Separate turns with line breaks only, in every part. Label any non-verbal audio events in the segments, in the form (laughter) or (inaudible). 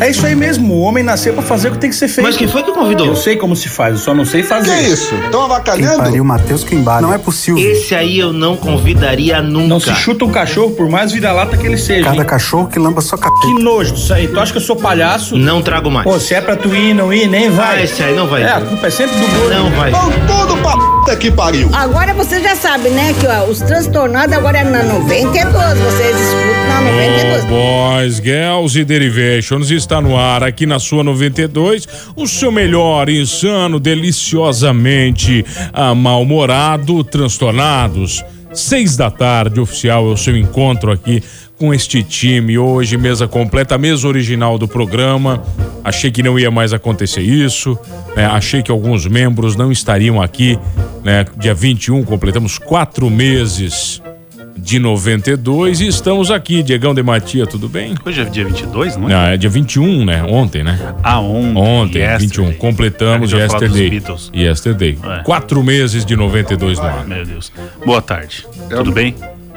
É isso aí mesmo, o homem nasceu pra fazer o que tem que ser feito.
Mas quem foi que convidou?
Eu sei como se faz, eu só não sei fazer.
Que é isso? Estão
Quem
avacalhando?
pariu, Matheus Quimbara. Não é possível.
Esse aí eu não convidaria nunca.
Não se chuta um cachorro, por mais vira-lata que ele seja.
Cada
hein?
cachorro que lamba só c...
Que nojo disso aí. Tu acha que eu sou palhaço?
Não trago mais.
Pô, se é pra tu ir, não ir, nem
Ah,
vai.
esse aí não vai.
É, a culpa é sempre do gordo.
Não vai.
Vão Então, tudo pra puta que pariu.
Agora você já sabe, né? Que ó, os transtornados agora é na 92. Vocês escutam na 92.
Oh, boys, girls e derivations está no ar aqui na sua 92. O seu melhor insano, deliciosamente ah, mal-humorado, transtornados. Seis da tarde, oficial, é o seu encontro aqui com este time. Hoje, mesa completa, mesa original do programa. Achei que não ia mais acontecer isso. né? Achei que alguns membros não estariam aqui. Né? Dia 21, completamos quatro meses de 92 e estamos aqui. Diegão de Matia, tudo bem?
Hoje é dia 22, não é?
Ah, é dia 21, né? Ontem, né?
Ah, ontem.
Ontem,
yesterday.
21. Completamos
Ah, eu ia falar dos
yesterday.
Beatles.
Yesterday.
É.
Quatro meses de 92 no ar.
Meu Deus. Boa tarde.
É
Tudo
um-
bem?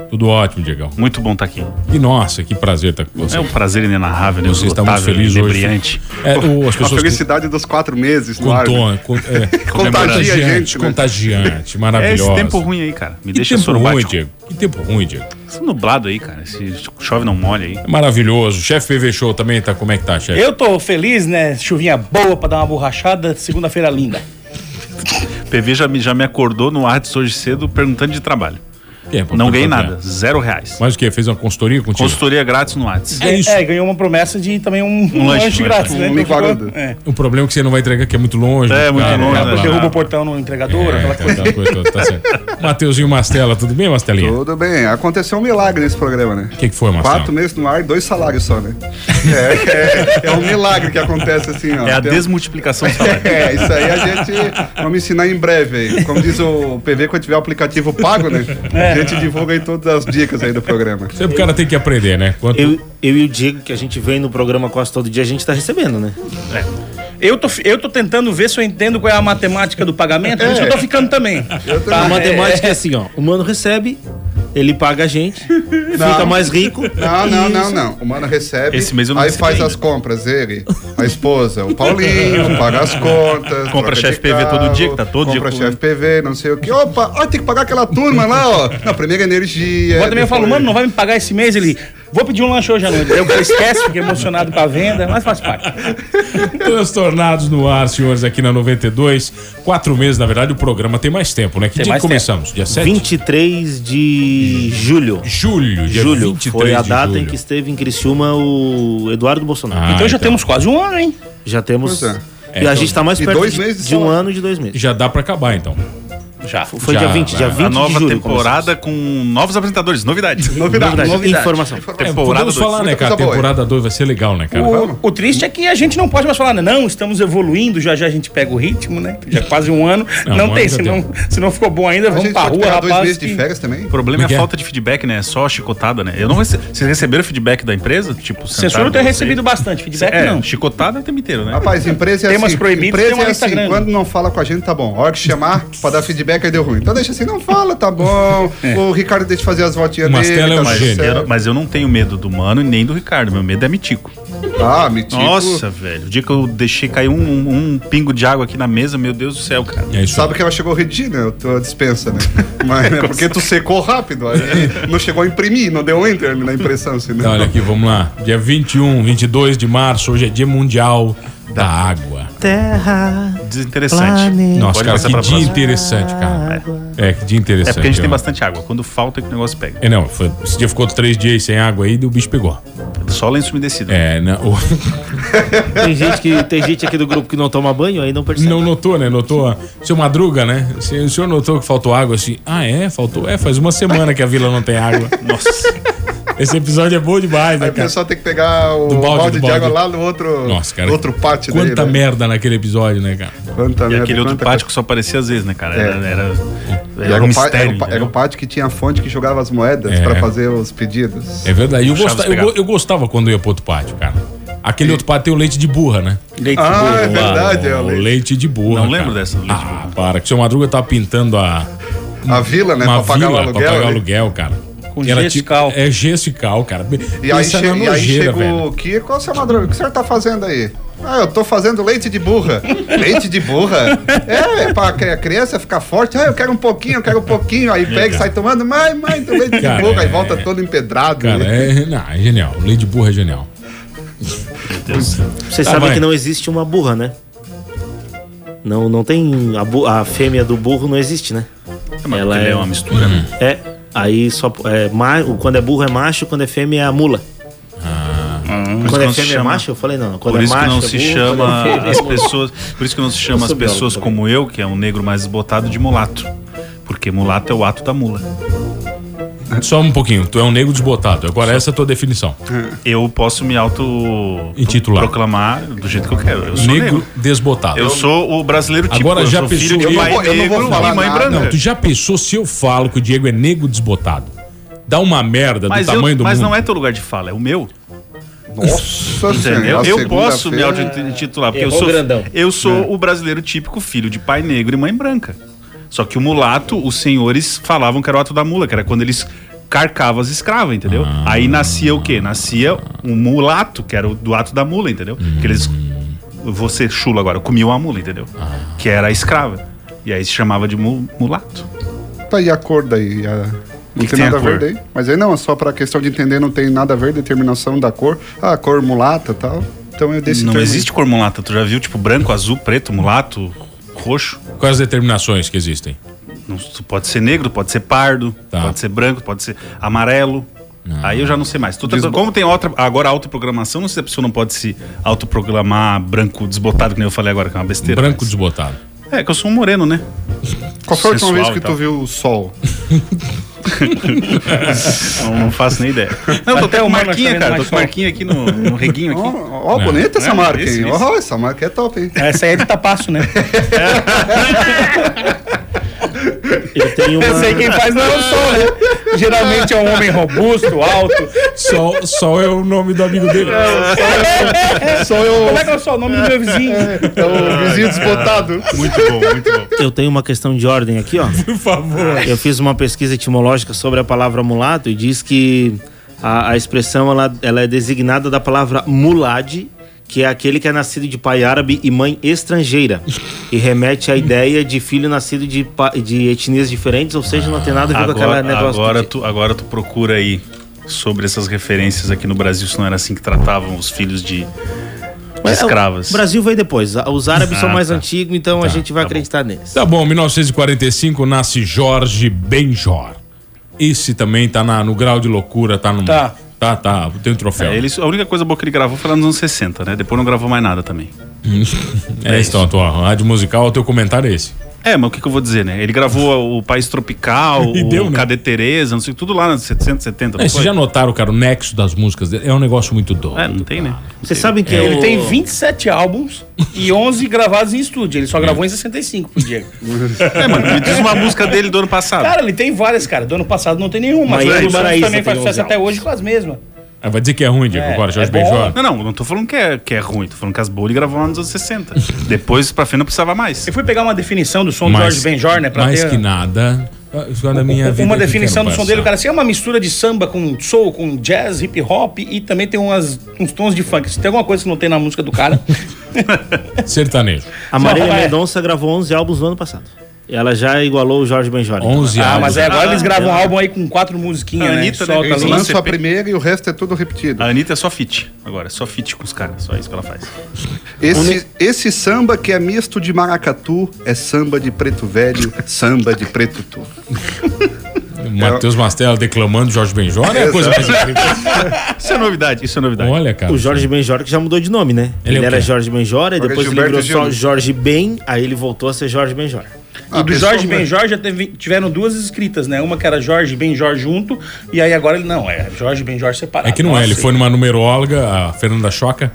Tudo ótimo, Diegão.
Muito bom estar aqui.
E nossa, que prazer estar com você.
É um prazer inenarrável, né?
Você está muito
Esgotável,
feliz hoje.
inebriante.
É, o- as
A
pessoas que
felicidade dos quatro meses no ar. né?
contam, con- é,
Contagia
(laughs)
a
contagiante,
gente, né?
contagiante,
né? É
maravilhosa.
esse tempo ruim aí, cara. Me
Que
deixa
tempo ruim,
sorobático.
Diego. Que tempo ruim, Diego.
Esse nublado aí, cara. Esse chove não molha aí.
É maravilhoso. Chefe PV Show também tá. Como é que tá, chefe?
Eu tô feliz, né? Chuvinha boa pra dar uma borrachada, segunda-feira linda.
PV já me, já me acordou no Arts hoje cedo perguntando de trabalho.
Tempo, portanto,
Não ganhei
né?
nada. Zero reais.
Mas o quê? Fez uma consultoria contigo?
Consultoria grátis no Arts.
É isso.
É, ganhou uma promessa de também um, um lanche,
lanche, um lanche.
grátis, né?
Um
Então ficou-
micro-ondas.
é.
O problema é que você não vai entregar, que é muito longe.
É, muito
caro,
longe,
blá,
né?
blá, blá.
Derruba o portão no entregador,
É,
aquela
tá,
coisa.
tá, coisa toda, tá certo. Mateuzinho Mastela, tudo bem, Mastelinha? O
Tudo bem, aconteceu um milagre nesse programa, né?
que, que foi, Mastela?
Quatro meses no ar, dois salários só, né? É, é, é um milagre que acontece assim, ó.
É a
Tem- (laughs)
desmultiplicação salarial.
É, isso aí a gente vamos ensinar em breve aí. Como diz o PV, quando tiver o aplicativo pago, né? A gente divulga aí todas as dicas aí do programa.
Sempre o cara tem que aprender, né? Quanto...
Eu, eu e o Diego, que a gente vem no programa quase todo dia, a gente tá recebendo, né?
É. Eu tô, eu tô tentando ver se eu entendo qual é a matemática do pagamento, por isso que É. eu tô ficando também. Tá,
A matemática é assim, ó. O mano recebe, ele paga a gente, fica mais rico.
Não, não,
e-
não, não. O mano recebe,
Esse mês eu não
aí
recebi
faz
ainda.
as compras, ele, a esposa,
(laughs)
o
(laughs)
Paulinho, paga as contas.
Compra
troca de
chefe PV todo dia, que tá todo dia
compra
com-
chefe PV, não sei o que. Opa, ó, tem que pagar aquela turma lá,
(laughs)
ó. Na primeira energia.
Agora também eu falo,
depois-
mano, não vai me pagar esse mês? Ele, vou pedir um lanche hoje à noite. Eu esqueço, fiquei emocionado com a venda, mas faz parte.
Ah,
Transtornados no ar, senhores, aqui na 92. Quatro meses, na verdade, o programa tem mais tempo, né? Que dia que
mais tempo.
começamos? Dia 7?
23 de julho.
Julho, dia
julho
23
foi a
de
data
julho.
em que esteve em Criciúma o Eduardo Bolsonaro.
Ah,
então já temos quase um ano, hein?
Já temos.
Pois é.
E a gente tá mais
E
perto
dois
de,
meses
de
só.
um ano e de dois meses.
Já dá pra acabar, então.
Já.
Foi
Já,
dia 20, dia
a
20
A nova
de julho.
temporada é com novos apresentadores. Novidades.
(laughs) Novidade,
Novidade,
novidade.
informação.
É,
Temporada
podemos
dois.
falar, né,
Muita
cara? A
coisa boa.
temporada 2 vai ser legal, né, cara?
O, o triste é que a gente não pode mais falar, né? não, estamos evoluindo, já já a gente pega o ritmo, né? Já é quase um ano.
Não,
Não,
um
tem,
ano já
se não, se não ficou bom ainda,
A
vamos
gente
pra
pode
rua,
pegar dois
rapaz.
meses
que-
de férias também?
O problema
Como é que
é
é?
a falta de feedback, né? É só chicotada, né? Eu não rece... Vocês receberam feedback da empresa? Tipo,
Censura eu tenho recebido bastante, feedback
É,
não.
chicotada o tempo inteiro, né?
Rapaz, empresa é
Temas
assim.
proibidos,
empresa
tem uma
é
lista
assim.
grande.
Quando não fala com a gente, tá bom. A hora que chamar pra dar feedback, aí deu ruim. Então deixa assim, não fala, tá
(laughs)
bom.
É.
O Ricardo deixa fazer as voltinhas
Mas
dele.
tela é
tá
um
tudo
gênio.
certo.
Eu- mas eu não tenho medo do Mano e nem do Ricardo. Meu medo é Mitico.
Ah, mentira.
Nossa, velho. O dia que eu deixei cair um, um- um pingo de água aqui na mesa, meu Deus do céu, cara.
É isso.
Sabe que ela chegou redina, a tua dispensa,
(laughs)
né? Mas né, porque tu secou rápido, aí não chegou a imprimir, não deu enter na impressão, assim, né?
um, Então, olha aqui, vamos lá. Dia 21, 22 de março, hoje é dia mundial da água.
terra. Desinteressante.
Nossa, cara,
passar
que
pra
dia
próxima.
interessante, cara. É, que dia
É
interessante.
porque a gente tem
ó.
bastante água. Quando falta, é que o negócio pega.
É, não, foi- esse dia ficou três dias sem água aí e o bicho pegou.
Só lenço umedecido.
É, não,
Tem gente, que, tem gente aqui do grupo que não toma banho, aí não percebe.
(laughs) não notou, né? Notou, a- seu Madruga, né? Se- O senhor notou que faltou água assim? Ah, é? Faltou? É, faz uma semana que a vila não
(laughs)
tem água.
Nossa.
Esse episódio é bom demais, né,
Aí o
cara?
pessoal tem que pegar o
Do balde,
balde,
do
de água
balde.
lá no outro,
Nossa, cara.
no outro pátio
Quanta
dele. né?
merda naquele episódio, né, cara?
Quanta
E
merda,
aquele outro
quanta
pátio que só aparecia às vezes, né, cara? Era, era,
coisa.
era
É. Era
um
o pa- era
mistério.
o pa- era o pátio que tinha a fonte que jogava as moedas
É.
pra fazer os pedidos.
É verdade. E Eu,
Chaves
gosta- eu, go-
pegava.
eu gostava quando eu ia pro outro pátio, cara. Aquele outro pátio tem o leite de burra, né?
Leite um
Ah, é
de boa.
verdade, é
o
o
leite.
leite.
de burra.
Não lembro
cara.
dessa do leite de
Ah, para. Que o seu Madruga tava pintando a,
A vila, né?
uma
pra pagar
vila é
o aluguel.
pra pagar
né?
aluguel, cara.
Com gesso e cal.
É gesso e cal, cara.
E aí,
Pensa
che-
na
e aí
é nojeira,
chegou
velho.
o Kiko, qual o seu madruga? O que o senhor tá fazendo aí? Ah, eu tô fazendo leite de burra. leite de burra? É, é pra que a criança ficar forte. Ah, eu quero um pouquinho, eu quero um pouquinho. Aí pega e sai tomando. Mãe, mãe, do leite
Cara,
de burra.
é-
Aí volta todo empedrado.
Cara,
né?
é, não, é genial. O leite de burra é genial.
Vocês
assim.
Tá,
sabem
vai.
que não existe uma burra, né? Não, não tem. A, bu- a fêmea do burro não existe, né?
Ela é uma mistura,
Uhum.
né?
É. Aí só. É, ma- quando é burro é macho, quando é fêmea é a mula.
Por isso
Quando
que
é
não se
fêmea é
chama-
macho? Eu falei não. Quando
Por
é
isso que
macho,
não
é
se
burro, quando
chama
é fêmea é
as
mula.
pessoas. Por isso que não se chama as
sou biólogo
pessoas
também.
como eu, que é um negro mais esbotado de mulato. Porque mulato é o ato da mula.
Só um pouquinho. Tu é um negro desbotado. Agora essa é a tua definição.
Eu posso me auto
Intitular.
proclamar do jeito que eu quero. Eu sou
Negro,
negro.
desbotado.
Eu sou o brasileiro tipo.
Agora
eu
já
sou
pensou
filho
que-
de pai
Eu não vou- eu não vou
negro
falar
e mãe
nada.
branca.
Não, tu já pensou se eu falo que o Diego é negro desbotado? Dá uma merda
mas
do
eu-
tamanho do
mas
mundo.
não é teu lugar de fala, é o meu.
é.
Nossa
É,
Entendeu?
Senhora,
Eu posso me
segunda-feira.
auto-intitular, porque eu
Errou
sou,
grandão.
eu sou o brasileiro típico filho de pai negro e mãe branca. Só que o mulato, os senhores falavam que era o ato da mula, que era quando eles carcavam as escravas, entendeu?
Ah.
Aí nascia o quê? Nascia um mulato, que era o do ato da mula, entendeu? Que eles. Você chula agora, comiam a mula, entendeu?
Ah.
Que era a escrava. E aí se chamava de mu- mulato.
Tá aí a cor daí. a- Não
Que que
tem,
tem
nada
a cor?
verde aí. Mas aí não, é só pra questão de entender, não tem nada a ver, determinação da cor. Ah, a cor mulata e tal. Então eu desse
Não
termo.
existe cor mulata, tu já viu? Tipo branco, azul, preto, mulato, roxo.
Quais as determinações que existem?
Não, tu pode ser negro, pode ser pardo,
Tá.
pode ser branco, pode ser amarelo. Aí eu já não sei mais. Tu tá- como tem outra, agora a autoprogramação, não sei se a pessoa não pode se autoprogramar branco desbotado, que nem eu falei agora, que é uma besteira.
Branco
mas-
desbotado.
É, que eu sou um moreno, né?
Qual foi a última
sensual
vez
e
que
tal.
tu viu o sol?
Não, não faço nem ideia. Não,
Até
tô até com
o Mano
marquinha,
tá
cara.
vendo
Tô
mais
com marquinha aqui no, no reguinho
Ó, (laughs)
aqui.
ó, bonita essa
É,
marca,
esse,
hein?
esse.
Ó, essa marca é top, hein?
Essa aí é de tapaço, né?
Eu tenho uma.
Eu sei quem faz não é o som, né? Geralmente é um homem robusto, alto.
Sol, Sol é o nome do amigo dele.
Sou eu,
Como é que é o seu nome do meu vizinho?
é o vizinho desbotado.
Muito bom, muito bom.
Eu tenho uma questão de ordem aqui, ó.
Por favor.
Eu fiz uma pesquisa etimológica sobre a palavra mulato e diz que a, a expressão ela, ela é designada da palavra mulad, que é aquele que é nascido de pai árabe e mãe estrangeira. E remete à ideia de filho nascido de, pa- de etnias diferentes, ou seja, não tem nada a ver com aquela
Agora,
negócio.
agora,
de-
tu, agora tu procura aí sobre essas referências aqui no Brasil, se não era assim que tratavam os filhos de, de
Mas, é,
escravas.
O Brasil veio depois. a- Os árabes são
Ah,
mais
tá.
antigos, então a gente vai acreditar neles.
Tá bom, 1945 nasce Jorge Benjor. Esse também tá na- no grau de loucura, tá no.
Tá.
Tá, tá, tem um troféu.
É, ele- a única coisa boa que ele gravou foi lá nos anos 60, né? Depois não gravou mais nada também.
É, então, a tua rádio musical, o teu comentário é esse.
É, mas o que, que eu vou dizer, né? Ele gravou o País Tropical,
(laughs) E
o
deu, né?
Cadê Tereza, não sei, tudo lá nos 770.
É, vocês já notaram, cara, o nexo das músicas dele? É um negócio muito doido.
É, não tem, né?
Vocês sabem que
Ele
é o-
tem 27 álbuns e 11 gravados em estúdio. Ele só gravou em 65 pro Diego.
É, mano, me diz uma música dele do ano passado.
Cara, ele tem várias, cara. Do ano passado não tem nenhuma.
Miami
Mas o Santos
Maraísa
também
tem
faz sucesso
11
até hoje com as mesmas.
Ah, vai dizer que é ruim, Diego,
É,
agora, Jorge
é bom.
Benjor.
Não, não, não tô falando que é, que é ruim, tô falando que as boas ele gravou lá nos anos 60. Depois pra frente não precisava mais.
Eu fui pegar uma definição do som do
Mas-
Jorge Benjor, né? Pra
mais
ter
que nada. Isso é da minha vida
uma
que
definição do
quero
som dele,
passar.
cara, assim, é uma mistura de samba com soul, com jazz, hip hop e também tem umas, uns tons de funk. Se tem alguma coisa que não tem na música do cara, é.
Sertanejo.
a Marília
Só-
Mendonça gravou 11 álbuns no ano passado. Ela já igualou o Jorge Benjoli.
11
Ah, mas aí agora eles gravam um álbum aí com quatro musiquinhas,
A
né?
Anitta, né?
Solta
Eles
ali.
lançam
Lança a primeira e o resto é tudo repetido.
A Anitta é só fit agora, é só fit com os caras, só isso que ela faz.
Esse, esse samba que é misto de maracatu é samba de preto velho, samba de preto tu.
Matheus Mastella declamando Jorge Benjora é a coisa mais incrível.
(laughs)
Isso é novidade, isso é novidade.
Olha, cara.
O Jorge Benjora que já mudou de nome, né? Ele,
Ele é o
era
quê?
Jorge Benjora, e
Jorge
depois ele
Gilberto
virou só
Gil.
Jorge Ben, aí né? ele voltou a ser Jorge Benjora.
Ah,
E do
pessoal,
Jorge
mas-
Ben Jorge já teve- tiveram duas escritas, né? Uma que era Jorge Ben Jorge junto, e aí agora ele não, é Jorge Ben Jorge separado.
É que não é, ele
Nossa,
foi numa numeróloga, a Fernanda Choca,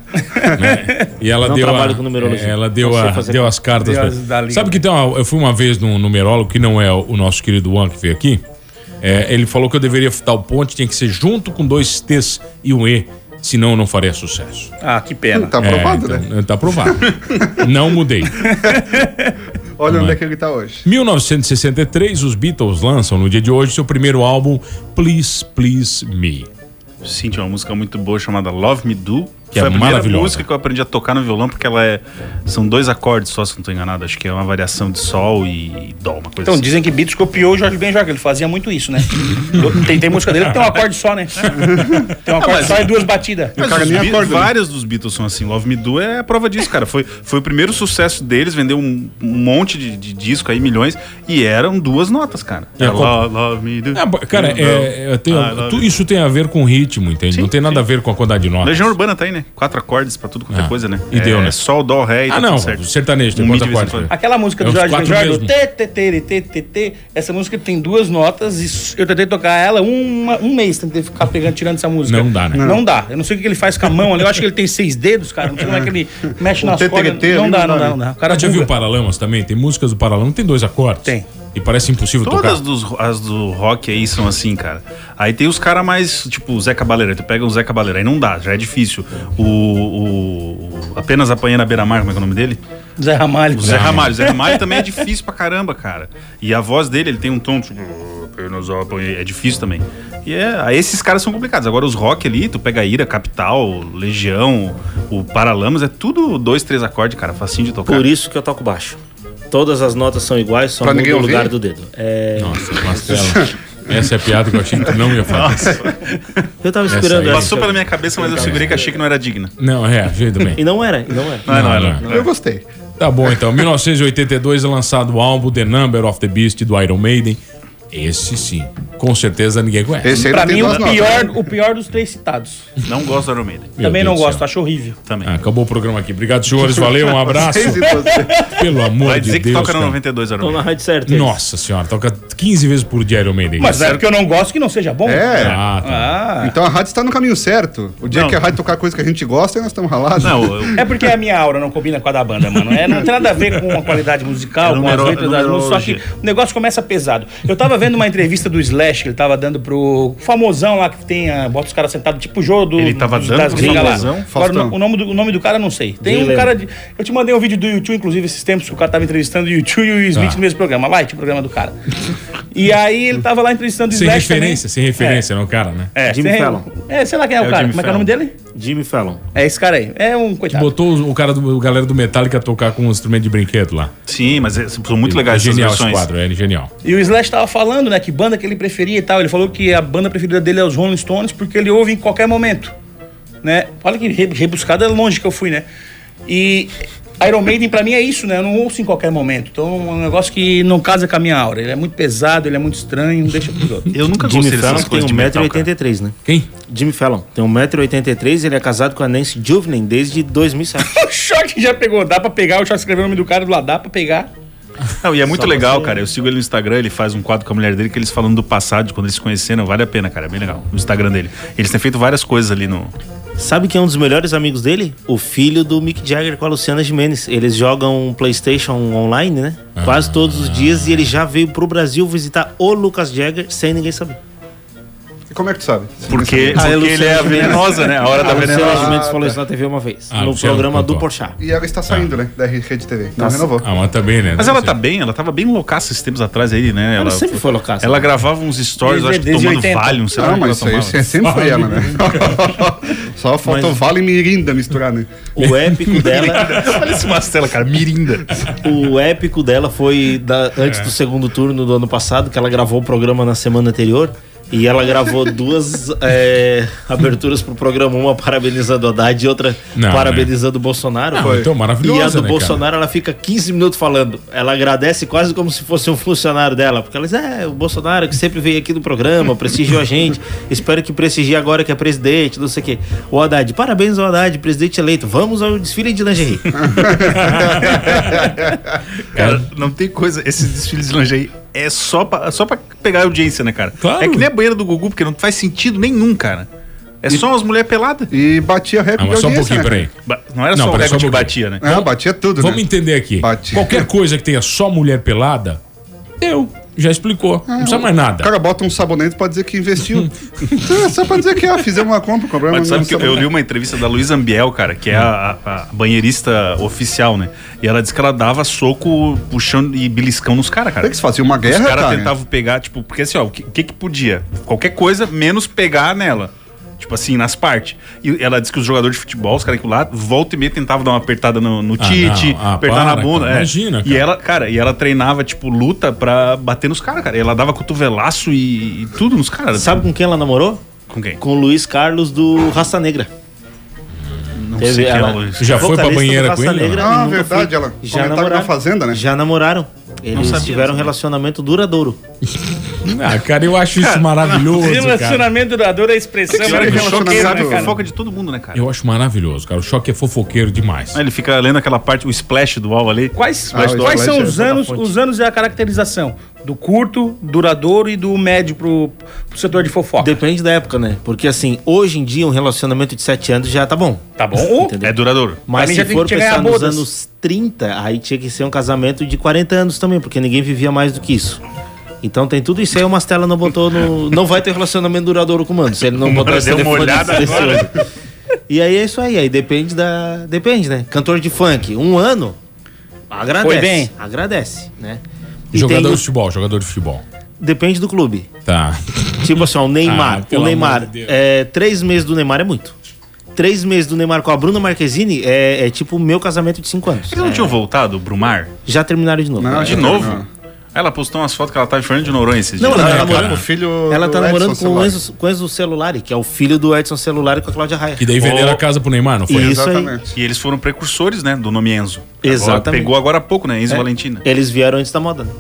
né? E ela
Não
deu
trabalho
a, é,
com numerologia.
Ela deu,
Não sei
a-
fazer
deu
conta.
as cartas.
Deu
pra-
as da liga.
Sabe que tem uma, eu fui uma vez num numerólogo que não é o nosso querido Juan que veio aqui. É, ele falou que eu deveria dar o ponte, tinha que ser junto com dois T's e um E, senão eu não faria sucesso.
Ah, que pena.
Tá aprovado,
é,
né?
então,
(laughs)
Tá aprovado. não mudei. então
Olha onde é que ele tá hoje.
1963, os Beatles lançam no dia de hoje seu primeiro álbum, Please, Please Me.
Sim, tinha uma música muito boa chamada Love Me Do.
Que é
foi a primeira
maravilhosa.
música que eu aprendi a tocar no violão, porque ela é. São dois acordes só, se não tô enganado. Acho que é uma variação de sol e dó, uma coisa assim.
Então, dizem que Beatles copiou o Jorge Ben Jorge, ele fazia muito isso, né?
(laughs)
tem, tem música dele que tem um acorde só, né? Tem um
Ah,
acorde
é.
só e duas batidas.
Mas
cara
os
nem
Be-
acorda, né?
vários dos Beatles são assim. Love Me Do é a prova disso, cara. Foi, foi o primeiro sucesso deles, vendeu um, um monte de, de disco aí, milhões, e eram duas notas, cara.
É,
Era
qual-
Lo- love, Me Do.
Ah, ba- cara,
Do-
é, é, tem-
I love
tu-
you.
isso tem a ver com ritmo, entende?
Ah, Sim,
não tem nada a ver com a quantidade de notas.
Legião Urbana tá aí, né? Quatro acordes pra tudo quanto
Ah,
é coisa, né?
e
é,
deu, né?
É sol, dó, ré e
Ah,
tá
não,
tudo certo.
o sertanejo tem
Um
quantos
mi de vez em
acordes,
quando.
Aquela música do
É os
Jorge Ben
quatro
Jorge,
mesmo.
o tê, tê, tê, tê, tê, tê, tê, essa música tem duas notas e s- eu tentei tocar ela uma, um mês, tentei ficar pegando, tirando essa música.
Não dá, né?
Não, dá. Eu não sei o que ele faz com a mão ali, eu acho que ele tem seis dedos, cara, não sei como é que ele mexe nas
tê, tê,
cordas.
tê,
Não
ali
dá,
não
não
dá,
dá,
né?
não dá. O cara
já viu
buga.
o Paralamas também? Tem músicas do Paralamas, tem dois acordes.
Tem.
E parece impossível
Todas
tocar.
dos, as do rock aí são assim, cara. Aí tem os caras mais, tipo, o Zé Cabaleiro. Aí Tu pega o Zé Cabaleiro, aí não dá, já é difícil. O. o- apenas apanhei na beira-mar, como é que é o nome dele?
Zé Ramalho.
O Zé Ramalho. O Zé Ramalho também é difícil pra caramba, cara. E a voz dele, ele tem um tom, tipo, apenas apanhei. É difícil também. E é, aí esses caras são complicados. Agora os rock ali, tu pega a Ira, Capital, Legião, o Paralamas, é tudo dois, três acordes, cara. Facinho de tocar.
Por isso que eu toco baixo. Todas as notas são iguais, só
Pra
muda
ninguém
o lugar
ouvir?
do dedo. É,
Nossa, Marcelo. Essa é a piada que eu achei que tu não ia falar.
eu tava
Essa
esperando
aí.
essa.
Passou pela minha cabeça, mas eu segurei que achei que não era digna.
Não, é, veio bem.
E não era, e não era.
Não, não,
não. é.
não. não.
Eu gostei.
Tá bom, então. 1982 é lançado o álbum The Number of the Beast do Iron Maiden. Esse sim, com certeza ninguém conhece.
Esse aí
Pra
não tem
mim,
né? duas
o
notas.
pior, o pior dos três citados.
Não gosto do Iron Maiden.
Meu
Também
Deus
não
do céu.
gosto, acho horrível.
Também.
Ah, acabou o programa aqui. Obrigado, senhores. Valeu,
é
um abraço.
Seis e
(laughs)
doze.
Pelo amor
Vai
de
dizer que
Deus.
toca no
cara.
92 Iron
Tô na
Maiden.
rádio certa. é isso.
Nossa senhora, toca 15 vezes por dia Iron Maiden.
Mas é porque eu não gosto que não seja bom.
É.
Ah, tá.
Ah.
Então a rádio está no caminho certo. O dia
Não.
que a rádio tocar coisa que a gente gosta, aí nós estamos ralados.
Não, eu,
É porque a minha aura não combina com a da banda, mano. É, não tem nada a ver com a qualidade musical,
É
com as
numero-
letras das músicas, só que
numerologia.
o negócio começa pesado. Eu tava vendo uma entrevista do Slash que ele tava dando pro famosão lá que tem, a, bota os caras sentados, tipo o jogo do...
Ele tava
dos-
dando pro
gringas lá.
famosão?
Agora,
Faustão.
o, nome do, o nome do cara eu não sei. Tem
Nem
um
lembro.
cara de... Eu te mandei um vídeo do YouTube, inclusive, esses tempos, que o cara tava entrevistando o YouTube e o Smith
Ah.
no mesmo programa. Light, o programa do cara. E aí ele tava lá entrevistando o
Sem
Slash também.
referência, sem referência, não, cara, né?
É, é,
Jimmy
sem-
Fallon.
É, sei lá quem é,
É
o
o
cara.
Jimmy
Como é que é o nome
Fallon.
dele?
Jimmy Fallon.
É esse cara aí. É um coitado.
Botou o- o cara do o galera do Metallica a tocar com um instrumento de brinquedo lá.
Sim, mas é- são muito legais
é
essas
genial esse
versões.
quadro, é genial.
E o Slash tava falando, né, que banda que ele preferia e tal. Ele falou que a banda preferida dele é os Rolling Stones porque ele ouve em qualquer momento, né? Olha que re- rebuscada longe que eu fui, né? E Iron Maiden pra mim é isso, né? Eu não ouço em qualquer momento. Então é um negócio que não casa com a minha aura. Ele é muito pesado, ele é muito estranho, deixa pros
(laughs)
outros.
Eu nunca
Jimmy
gostei
Fallon
dessas
tem
coisas de metal, cara.
1,83m, né?
Quem?
Jimmy Fallon tem 1,83m, ele é casado com a Nancy Juvenin desde 2007. (laughs)
O Choque já pegou, dá pra pegar, o Choque escreveu o nome do cara do lado, dá pra pegar.
Não, e é muito legal, cara. Eu sigo ele no Instagram, ele faz um quadro com a mulher dele que eles falando do passado, de quando eles se conheceram. Vale a pena, cara. É bem legal. No Instagram dele. Eles têm feito várias coisas ali no.
Sabe quem é um dos melhores amigos dele? O filho do Mick Jagger com a Luciana Gimenez. Eles jogam um PlayStation online, né?
Ah.
Quase todos os dias e ele já veio pro Brasil visitar o Lucas Jagger sem ninguém saber.
E como é que tu sabe?
Porque,
Ah,
porque ele é a
Luciana Gimenez.
venenosa, né? A hora da
Ah, Luciana
venenosa.
Gimenez falou
isso na TV uma vez.
Ah,
no programa do
Porchat.
E ela está saindo, né? Da Rede TV. Não renovou.
Ah, mas tá bem, né?
Mas ela tá bem, ela tava bem loucaça esses tempos atrás aí, né? Ela,
sempre
foi loucaça. Ela gravava uns stories,
Desde-
eu acho que
desde
tomando
80.
Valium, sei lá.
Não,
o que
Ah, mas
ela
tá
isso aí sempre
tomava.
foi
(laughs)
ela, né? (laughs) Só faltou
Mas-
Vale e Mirinda misturar, né?
O
(laughs)
épico dela.
Olha esse Mastela, cara, mirinda.
O épico dela foi da- antes
É.
do segundo turno do ano passado, que ela gravou o programa na semana anterior. E ela
(laughs)
gravou duas é, aberturas pro programa, uma parabenizando o Haddad e outra
Não,
parabenizando o Bolsonaro.
Não, então, maravilhosa,
E a do
né,
Bolsonaro, ela fica 15 minutos falando. Ela agradece quase como se fosse um funcionário dela, porque ela diz: é, o Bolsonaro que sempre veio aqui no programa, prestigiou a gente, espero que prestigie agora que é presidente, não sei o quê. O Haddad, parabéns ao Haddad, presidente eleito, vamos ao desfile de
(laughs)
lingerie.
Cara, não tem coisa. Esses desfiles de lingerie é só pra, só pra pegar audiência, né, cara?
Claro.
É que nem a banheira do Gugu, porque não faz sentido nenhum, cara. É só umas mulheres peladas.
E batia recorde.
Ah, mas só um
né?
pouquinho, peraí.
Ba- Não era só o
peraí,
recorde que
pouquinho.
batia, né?
né? Ah, batia tudo,
Vamos
né?
entender aqui. Qualquer coisa que tenha só mulher pelada, eu. Já
Ah,
explicou. Não precisa mais
O
nada.
cara bota um sabonete pra dizer que
(laughs)
investiu. Então, é só pra dizer que, ah, fizemos uma compra, compramos
Mas sabe
um
que eu, eu
sabonete.
li uma entrevista da Luísa Ambiel, cara, que é a, a- a banheirista oficial, né? E ela disse que ela dava soco, puxando e beliscão nos caras, cara.
Tem é que se fazer uma guerra,
Os caras
cara.
tentavam pegar, tipo, porque assim, ó, o que, o que que podia? Qualquer coisa, menos pegar nela. Tipo assim, nas partes. E ela disse que os jogadores de futebol, os caras que lá, volta e meia tentavam dar uma apertada no, no
Ah,
Tite,
não. Ah,
apertar
para,
na bunda.
cara.
é.
Imagina,
E ela, cara, e ela treinava, tipo, luta pra bater nos caras, cara. E ela dava cotovelaço e, e tudo nos caras.
Sabe com quem ela namorou?
Com quem?
com o Luiz Carlos do Raça Negra.
Não
Teve
sei quem
ela-
é o Luiz.
Já foi pra
Vocalista do
banheira
Raça
com ele?
Negra
Ah,
e nunca
verdade,
foi.
ela
Já
comentava
namoraram.
na Fazenda, né?
Já namoraram. Eles
sabia,
tiveram
não
um
sabia.
relacionamento duradouro.
Ah, cara, eu acho
(laughs)
isso maravilhoso, cara.
Relacionamento duradouro é a expressão.
Que que
né, cara?
é
Só que
relacionamento?
sabe
cara.
fofoca de todo mundo, né, cara?
Eu acho maravilhoso, cara. O choque é fofoqueiro demais.
Ah, Ele fica lendo aquela parte, o splash do alvo ali.
Quais,
Ah,
quais,
o
quais são
Slash é
os
essa da
anos?
fonte.
Os anos é a caracterização do curto, duradouro e do médio pro, pro setor de fofoca.
Depende da época, né? Porque assim, hoje em dia um relacionamento de 7 anos já tá bom.
Tá bom? Ou
É duradouro.
Pra
Mas
mim
se
já tem
for
que chegar a
pensar nos
bodas.
anos 30, aí tinha que ser um casamento de 40 anos também, porque ninguém vivia mais do que isso. Então tem tudo isso aí, o Mastela não botou no. Não vai ter relacionamento duradouro com o mano, se ele não botar esse
deu uma
telefone
olhada
desse
agora.
hoje. E aí é isso aí, aí depende da. Depende, né? Cantor de funk, um ano, agradece.
Foi bem.
Agradece, né? E
Jogador
tem
de
os-
futebol, jogador de futebol.
depende do clube.
Tá.
Tipo assim, ó, o
Ah,
Neymar.
pelo
o Neymar.
amor de Deus.
é, três meses do Neymar é muito. Três meses do Neymar com a Bruna Marquezine é, é tipo o meu casamento de cinco anos.
Eles não tinham voltado, Brumar?
Já terminaram de novo.
Não,
É.
De
Não,
novo?
não.
Ela postou umas fotos que ela tava em Fernando de Noronha esses
Não,
dias.
ela tá
Ela tá com o
namorando.
filho
Ela tá
do
namorando
Edson
com o,
Celulari.
Enzo, com o Enzo Celulari, que é o filho do Edson Celulari com a Cláudia Raia.
E daí venderam a casa pro Neymar, não foi?
Isso aí.
Exatamente.
E eles foram precursores, né, do nome Enzo. Agora,
Exatamente.
pegou agora há pouco, né, Enzo Valentina.
Eles vieram antes da moda. né?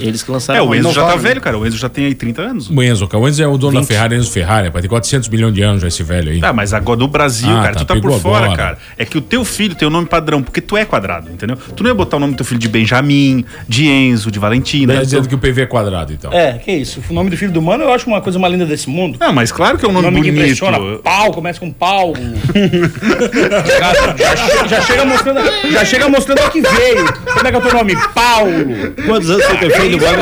Eles que lançaram
É,
a
o
moda.
Enzo já tá
Inovaram, né?
velho, cara. O Enzo já tem aí 30 anos.
O Enzo, cara. O Enzo é o dono da
20.
Ferrari, Enzo Ferrari. Vai ter 400 milhões de anos já esse velho aí.
Tá, mas agora do Brasil,
Ah,
cara,
tá,
tu tá por
pegou
fora,
agora.
cara. É que o teu filho tem o nome padrão, porque tu é quadrado, entendeu? Tu não ia botar o nome do teu filho de Benjamin, de Enzo, de Valentina.
Tá dizendo que o PV é quadrado, então.
É, que isso. O nome do filho do mano eu acho uma coisa mais linda desse mundo.
Não, mas claro que é um
O
nome,
nome que
bonito.
impressiona, pau, começa com (laughs) pau. já, já che- já chega mostrando, já chega mostrando o que veio. Como é que é o teu nome? Paulo.
Quantos anos tem teu filho, Bob?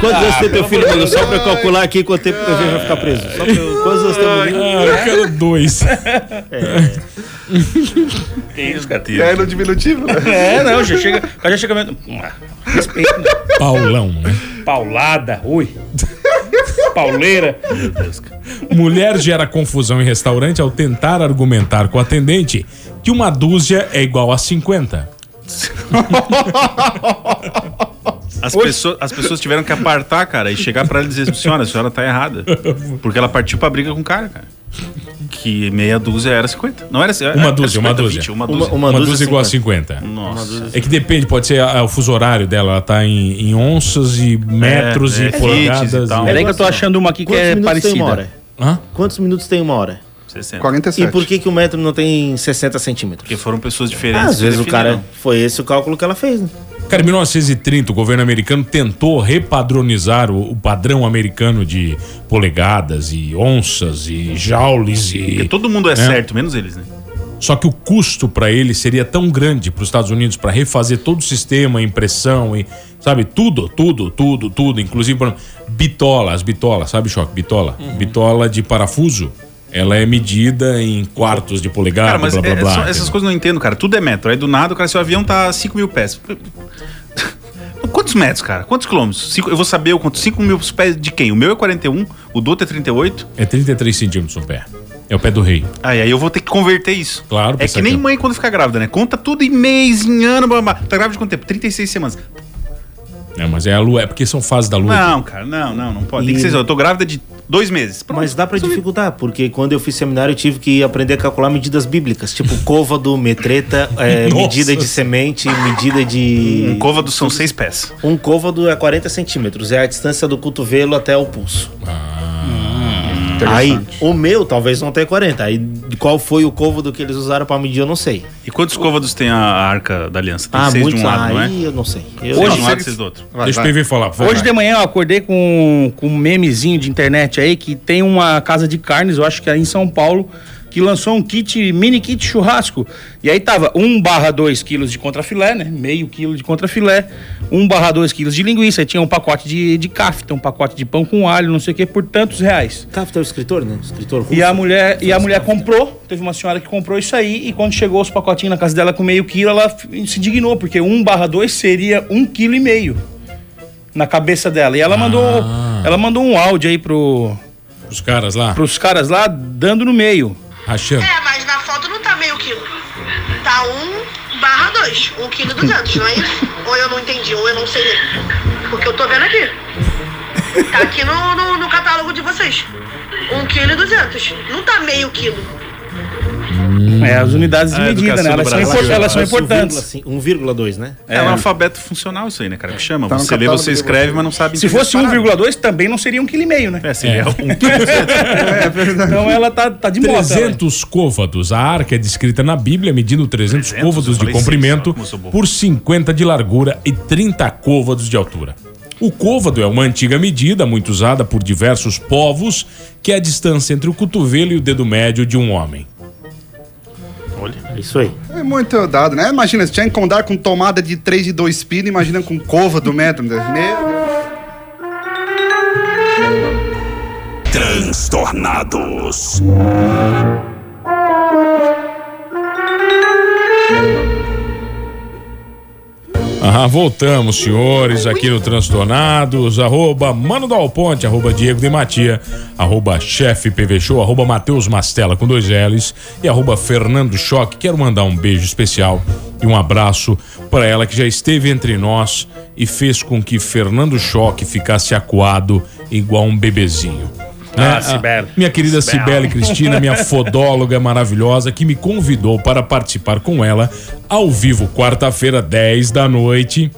Quantos
Ah,
anos tem teu filho, Bob? Só pra eu calcular aqui quanto tempo teu filho vai ficar preso. Só pra eu- Quantos anos tem o menino?
Ah, eu quero
(laughs)
dois.
E aí no diminutivo, né? (laughs)
É, não, já chega, o cara já chega vendo. Respeito, né?
Paulão, né?
Paulada, ui. Pauleira.
Mulher gera confusão em restaurante ao tentar argumentar com o atendente que uma dúzia é igual a 50.
As pessoas, as pessoas tiveram que apartar, cara, e chegar pra ela e dizer, senhora, a senhora tá errada. Porque ela partiu pra briga com o cara, cara. Que meia dúzia era 50. Não era
Uma dúzia, uma dúzia.
uma dúzia.
Uma-
Uma, dúzia,
dúzia é
igual a 50.
Nossa.
É que depende, pode ser ah, o fuso horário dela. Ela tá em, em onças e metros
é,
e
é, kits
polegadas.
e tal.
né?
e-
Peraí que eu tô achando uma aqui que
Quantos
é
minutos tem uma
parecida.
hora?
Hã?
Quantos minutos tem uma hora?
60.
47.
E por que, que o metro não tem 60 centímetros?
Porque foram pessoas
Ah,
diferentes.
às
que
vezes o cara.
né?
definiram.
Foi esse o cálculo que ela fez, né?
Cara, em 1930, o governo americano tentou repadronizar o, o padrão americano de polegadas e onças e joules
Porque
e.
todo mundo é, certo, menos eles, né?
Só que o custo para ele seria tão grande para os Estados Unidos para refazer todo o sistema, impressão e Sabe, tudo, tudo, tudo, tudo. Inclusive, por exemplo, bitola, as bitolas, sabe, Choque? Bitola.
Uhum.
Bitola de parafuso. Ela é medida em quartos de polegada,
Cara, mas
Ah, blá, blá,
é- é
blá.
só- essas coisas eu não entendo, cara. Tudo é metro. Aí do nada, o cara, seu avião tá a 5 mil pés. (laughs) Quantos metros, cara? Quantos quilômetros? Cinco- eu vou saber o quanto. 5 mil pés de quem? O meu é 41, o do outro é 38.
É 33 centímetros um pé. É o pé do rei.
Aí, aí eu vou ter que converter isso.
Claro,
É
pensar
que nem
que-
mãe quando fica grávida, né? Conta tudo em mês, em ano, blá, blá. blá. Tá grávida de quanto tempo? 36 semanas.
Tá É, mas é a lua, é porque são fases da lua.
Não, cara, não, não, não pode. Tem que ser. Eu tô grávida de dois meses. Pronto.
Mas dá pra dificultar, porque quando eu fiz seminário eu tive que aprender a calcular medidas bíblicas, tipo côvado, metreta, é,
(laughs) Nossa. Hum,
medida de semente, medida de.
Um côvado são seis pés.
Um côvado é 40 centímetros, é a distância do cotovelo até o pulso. Hum. Aí, o meu talvez não tenha 40. Aí, qual foi o côvado que eles usaram pra medir, eu não sei.
E quantos côvados tem a arca da aliança? Tem seis de um lado,
Ah, aí
não é?
eu não sei. Eu-
Seis
Ah, Hoje-
de um lado e seis do outro.
Vai,
Deixa o
vai.
PV falar, por favor.
Hoje de manhã eu acordei com, com um memezinho de internet aí que tem uma casa de carnes, eu acho que é em São Paulo, que lançou um kit, mini kit churrasco. E aí tava 1 barra 2 quilos de contrafilé, né? Meio quilo de contrafilé, 1 barra 2 quilos de linguiça, aí tinha um pacote de, de cafta, um pacote de pão com alho, não sei o que, por tantos reais.
Kafka é o escritor, né? Escritor russo.
E a mulher, e a
Franz
mulher
Kafka.
comprou, teve uma senhora que comprou isso aí, e quando chegou os pacotinhos na casa dela com meio quilo, ela f- se indignou, porque 1 barra 2 seria um quilo e meio na cabeça dela. E ela mandou, ela mandou um áudio aí pro,
Os caras lá,
pros caras lá, dando no meio.
rachando.
É, mas na foto não tá meio quilo. Tá 1 barra 2, 1 quilo e 200, não é isso? Ou eu não entendi, ou eu não sei ler. Porque eu tô vendo aqui. Tá aqui no, no, no catálogo de vocês. 1 quilo e 200. Não tá meio quilo.
É, as unidades de
Ah,
medida,
educação
né?
do
Elas são,
Brasil.
impor- elas são
Parece um vírgula
importantes.
cin- 1,2, né?
É, um alfabeto funcional isso aí, né, cara? Que chama.
Tá no
você lê,
catálogo
você
de
escreve,
vocês.
mas não sabe
Se
entender
fosse
as paradas.
1,2, também não seria um quilo e meio, né?
É, seria
um É.
um
É verdade.
Então ela tá, tá de moda. ela.
300 côvados. A arca é descrita na Bíblia medindo 300,
300, eu
côvados de
falei
comprimento
seis, ó, como eu sou bobo.
por 50 de largura e 30 côvados de altura. O côvado é uma antiga medida muito usada por diversos povos, que é a distância entre o cotovelo e o dedo médio de um homem.
É isso aí.
É muito dado, né? Imagina, se tinha que contar com tomada de 3 e 2 pino, imagina com cova do metro. né? Meu Deus.
Transtornados.
Ah, voltamos, senhores, aqui no Transtornados, arroba Mano Dal Ponte, arroba Diego de Matia, arroba Chefe PV Show, arroba Matheus Mastela com dois L's e arroba Fernando Choque. Quero mandar um beijo especial e um abraço para ela que já esteve entre nós e fez com que Fernando Choque ficasse acuado igual um bebezinho.
Ah,
né?
Sibeli.
Minha querida Cibele Cristina,
(laughs)
minha fodóloga maravilhosa, que me convidou para participar com ela ao vivo, quarta-feira, 10 da noite.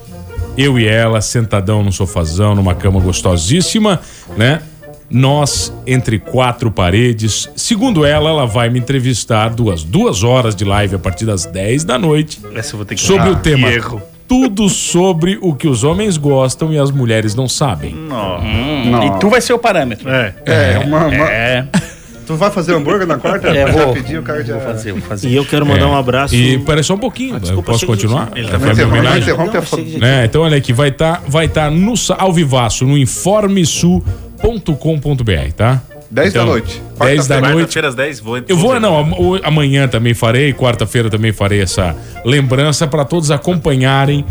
Eu e ela, sentadão no sofazão, numa cama gostosíssima, né? Nós, entre quatro paredes. Segundo ela, ela vai me entrevistar duas, duas horas de live a partir das 10 da noite
Essa eu vou ter que
sobre o
Ah,
tema.
que erro.
Tudo sobre o que os homens gostam e as mulheres não sabem.
Não.
E tu vai ser o parâmetro.
É.
Hum. É, uma, uma-
É,
Tu vai fazer hambúrguer na quarta?
É, vou.
Rapidinho, o cara já...
vou fazer, vou fazer.
E eu quero mandar
É.
um abraço.
E peraí só um pouquinho, eu
Ah, desculpa,
posso
achei que
continuar?
já tinha-
Foi
Não
a minha
interrompe, não
homenagem?
interrompe a
Não, achei que
foto.
já (laughs) tinha-
né? Então olha aqui, vai estar vai tá no sa- ao vivaço no informesul.com.br, tá?
10 da
Então,
noite.
10 da noite.
Quarta-feira às 10, vou
Eu vou, não, am- o- amanhã também farei, quarta-feira também farei essa lembrança para todos acompanharem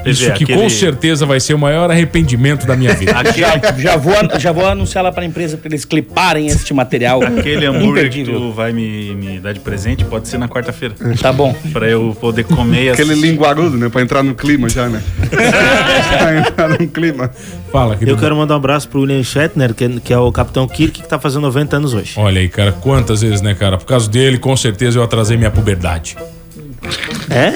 Quer
isso
dizer,
que com
aquele-
certeza vai ser o maior arrependimento da minha vida.
Aquele,
Já vou, an- já vou anunciar lá pra empresa pra eles cliparem este material.
aquele hambúrguer que
Imperdível.
tu vai me, me dar de presente pode ser na quarta-feira.
Tá bom.
pra eu poder comer e
Aquele
assistir.
linguarudo, né? Pra entrar no clima já, né? pra entrar no clima.
Fala,
Eu
querido.
quero mandar um abraço pro William Shatner, que é, que é o Capitão Kirk, que tá fazendo 90 anos hoje.
Olha aí, cara, quantas vezes, né, cara? Por causa dele, com certeza eu atrasei minha puberdade.
É?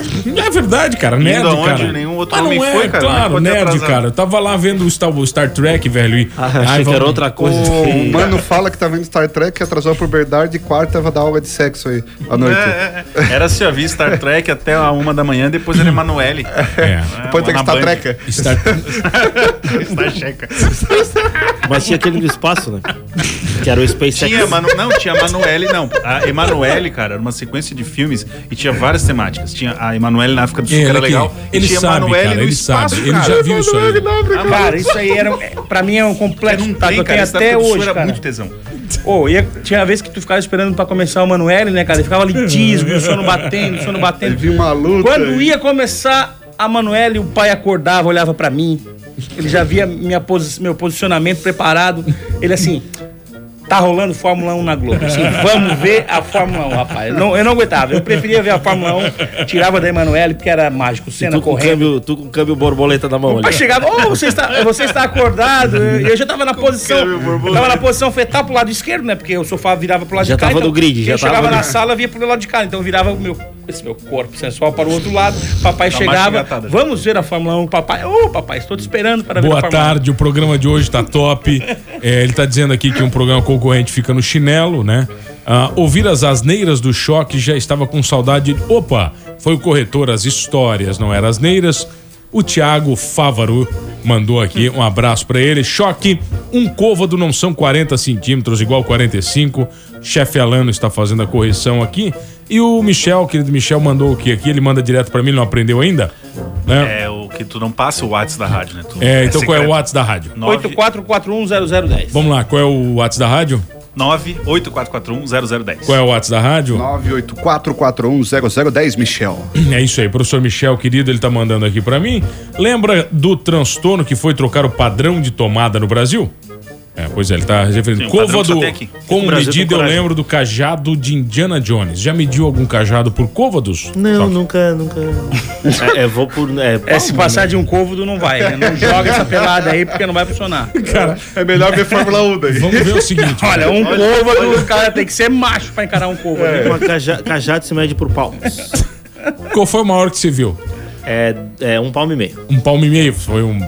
É verdade, cara. Nerd,
aonde
cara.
nenhum outro
Mas não
homem
é,
foi, cara. Como é que
Claro,
pode ter
nerd,
atrasado?
cara. Eu tava lá vendo o Star, o Star Trek, velho. E...
Ah, achei
Ai,
que
vamos-
era outra coisa.
O mano fala que tá vendo Star Trek, que atrasou a puberdade, quarta vai dar aula de sexo aí à noite.
É, é, é. Era se havia Star Trek até a uma da manhã, depois era Emanuele.
É.
(laughs) Depois tem que Star Trek.
(laughs)
Star...
(laughs) Star Checa.
Mas tinha aquele do espaço, né? que era o SpaceX.
Tinha, Manu... não, tinha a Emanuele, não. A Emanuele, cara, era uma sequência de filmes e tinha várias temáticas. Tinha a Emanuele na África do Sul, que
Ele
era
aqui,
legal. e
ele
tinha
sabe,
Emanuele
cara,
no
ele
espaço,
sabe, ele
cara.
já viu isso aí.
Ah, cara, isso aí era, é, pra mim é um complexo tá, que eu
cara,
tenho
essa
até
época do Sul
hoje,
era
cara.
muito tesão.
Ô, e tinha vez que tu ficava esperando pra começar o Manuel, né, cara? E ficava ali tisgo, e o sono batendo, o sono batendo.
Teve uma luta
Quando
aí.
ia começar a Manuel, o pai acordava, olhava pra mim. Ele já via minha posi meu posicionamento preparado. Ele assim. Tá rolando Fórmula 1 na Globo. Assim, vamos ver a Fórmula 1, rapaz. Eu não, eu não aguentava. Eu preferia ver a Fórmula 1, tirava da Emanuele, porque era mágico. Cena
Tu com,
correndo.
câmbio, tu com câmbio borboleta na mão
O pai
ali.
chegava, ô, você, está, você está acordado. né?" Eu, eu já tava na posição. Eu tava na posição fetal pro lado esquerdo, né? Porque o sofá virava pro lado
Já
de cá.
tava
então,
no grid, já
eu
tava
chegava
no
na
grid.
sala, via pro lado de cá. Então eu virava o meu, esse meu corpo sensual para o outro lado. Papai
Dá uma
chegava,
chigatada.
vamos ver a Fórmula 1, papai. Ô, papai, estou te esperando para ver a
Boa
Fórmula 1.
tarde, o programa de hoje tá top. É, ele tá dizendo aqui que um programa concorrente fica no chinelo, né? Ah, ouvir as asneiras do choque já estava com saudade. Opa, foi o corretor, as histórias, não eram asneiras. O Thiago Fávaro mandou aqui um abraço pra ele. Choque, um côvado não são 40 centímetros, igual 45. Chefe Alano está fazendo a correção aqui. E o Michel, querido Michel, mandou o que aqui? Ele manda direto pra mim, ele não aprendeu ainda? Né?
É, o que tu não passa o WhatsApp da rádio, né? Tu-
É, então qual é o
secreto.
WhatsApp da rádio?
84410010.
Vamos lá, qual é o WhatsApp da rádio?
984410010.
Qual é o WhatsApp da rádio?
984410010, Michel.
É isso aí, professor Michel, querido, ele tá mandando aqui pra mim. Lembra do transtorno que foi trocar o padrão de tomada no Brasil? É, pois é, ele tá referindo.
Sim, o padrão que só
Côvado,
tem aqui.
como
O Brasil tem
medida eu
coragem.
lembro do cajado de Indiana Jones. Já mediu algum cajado por côvados?
Não, nunca, nunca. É, é, vou por. É,
É, se passar de um côvado não vai, né? Não joga essa pelada aí porque não vai funcionar.
Cara,
É melhor ver Fórmula 1 daí.
Vamos ver o seguinte.
(laughs)
Olha, um côvado, o cara tem que ser macho pra encarar um côvado. né?
Uma caja- cajado se mede por palmos.
Qual foi o maior que você viu?
É, é um palmo e meio.
Um palmo e meio, foi um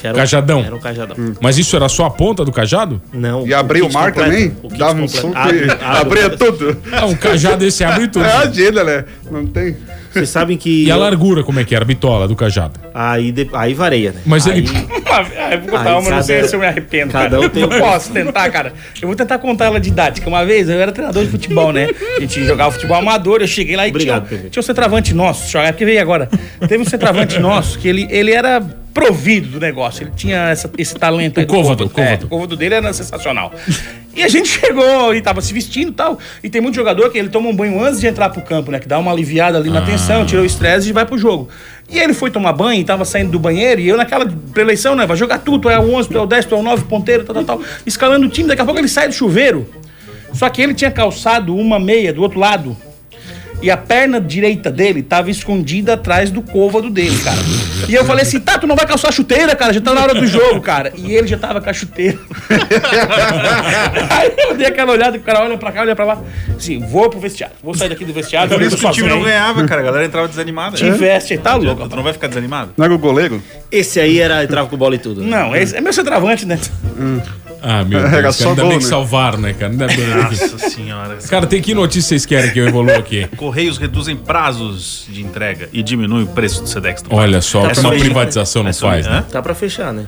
Que era um-
cajadão.
Era um cajadão.
Mas isso era só a ponta do cajado?
Não.
Hum. E abriu o
kit
mar
completo.
também?
O kit
Dava um
completo.
suco
Abre-
e
abre-
(laughs) abria tudo.
Ah, um cajado esse abre tudo.
É a agenda, né? Não tem.
Vocês sabem que.
E a largura, como é que era? A bitola do cajado.
Aí, de- aí varia, né?
Mas
aí,
ele.
Ah, eu vou contar
Aí,
uma, não
sabe,
sei se eu me arrependo.
cada
cara.
um tem
Eu
um-
posso tentar, cara. Eu vou tentar contar ela didática. Uma vez eu era treinador de futebol, né? A gente jogava futebol amador, eu cheguei lá e
Obrigado,
tinha,
Pedro.
tinha um centroavante nosso, jogar porque veio agora. Teve um centroavante nosso que ele, ele era provido do negócio, ele tinha essa- esse talento aí.
O
do
côvado, o côvado.
É, o côvado dele era sensacional. E a gente (laughs) chegou e tava se vestindo e tal. E tem muito jogador que ele toma um banho antes de entrar pro campo, né? Que dá uma aliviada ali na
Ah.
tensão, tira o estresse e vai pro jogo. E ele foi tomar banho e tava saindo do banheiro. E eu naquela preleição, né? Vai jogar tudo, tu é o 11, tu é o 10, tu é o 9, ponteiro, tal, tal, tal. Escalando o time. Daqui a pouco ele sai do chuveiro. Só que ele tinha calçado uma meia do outro lado. E a perna direita dele tava escondida atrás do côvado dele, cara. E eu falei assim, tá, tu não vai calçar a chuteira, cara? Já tá na hora do jogo, cara. E ele já tava com a chuteira. (laughs) Aí eu dei aquela olhada, que o cara olha pra cá, olha pra lá. Assim, vou pro vestiário. Vou sair daqui do vestiário.
Por isso que o time não
sozinho.
ganhava, cara. A galera entrava desanimada.
Te veste, tá louco?
Tu não vai ficar desanimado?
Não era o goleiro?
Esse aí era entrava com bola e tudo. né?
Hum.
Não, esse é meu centroavante, né?
Ah,
(laughs)
meu
Era
Deus.
só
cara, ainda
gol,
bem que
né?
salvaram, né, cara? Ainda bem.
Nossa senhora.
Cara, tem que notícia vocês querem que eu evolua aqui?
Correios reduzem prazos de entrega e diminuem o preço do Sedex. do É
Olha só,
Tá
uma
né?
pra mim.
privatização não
Mas sobre-
faz, né?
Hã?
Tá pra fechar, né?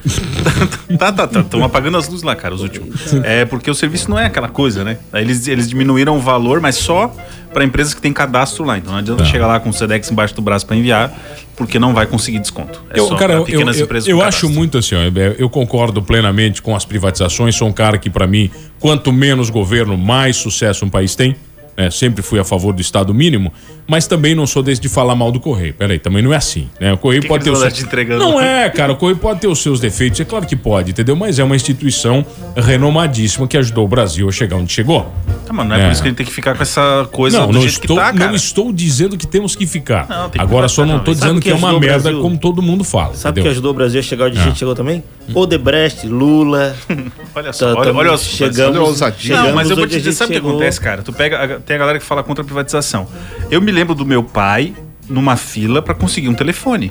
Tá, tá, tá. Estão apagando as luzes lá, cara, os últimos. É porque o serviço não é aquela coisa, né? Aí Eles, eles diminuíram o valor, mas só para empresas que têm cadastro lá. Então não adianta
Tá.
chegar lá com o Sedex embaixo do braço para enviar, porque não vai conseguir desconto. É
Eu,
só
cara,
pra
eu, eu, eu,
com
eu
cadastro.
acho muito assim, ó, eu, eu concordo plenamente com as privatizações. Sou um cara que, pra mim, quanto menos governo, mais sucesso um país tem. né? sempre fui a favor do Estado mínimo, mas também não sou desse de falar mal do Correio. Peraí, também não é assim. Né? O Correio
que
pode
que eles
ter
vão
o
dar
seu-
te entregando?
Não é, cara, o Correio pode ter os seus defeitos, é claro que pode, entendeu? Mas é uma instituição renomadíssima que ajudou o Brasil a chegar onde chegou.
Tá, mano, não é,
É.
por isso que a gente tem que ficar com essa coisa
Não,
do
não
jeito
estou,
que tá, cara.
não estou dizendo que temos que ficar.
Não, tem que
Agora só
ficar,
não
não,
estou
mas
sabe
dizendo
o que
que é uma
ajudou o
merda
Brasil?
como todo mundo fala.
Sabe o que
entendeu?
ajudou o Brasil a chegar onde a gente
Ah.
chegou também? Odebrecht, Lula.
Olha só,
Tá-
olha,
tamo-
olha as-
chegamos,
olha a ousadia.
chegamos
Não, mas eu vou
onde
te
a
dizer,
gente
sabe o que
chegou.
acontece, cara? Tu pega, tem a galera que fala contra a privatização. Eu me lembro do meu pai numa fila pra conseguir um telefone.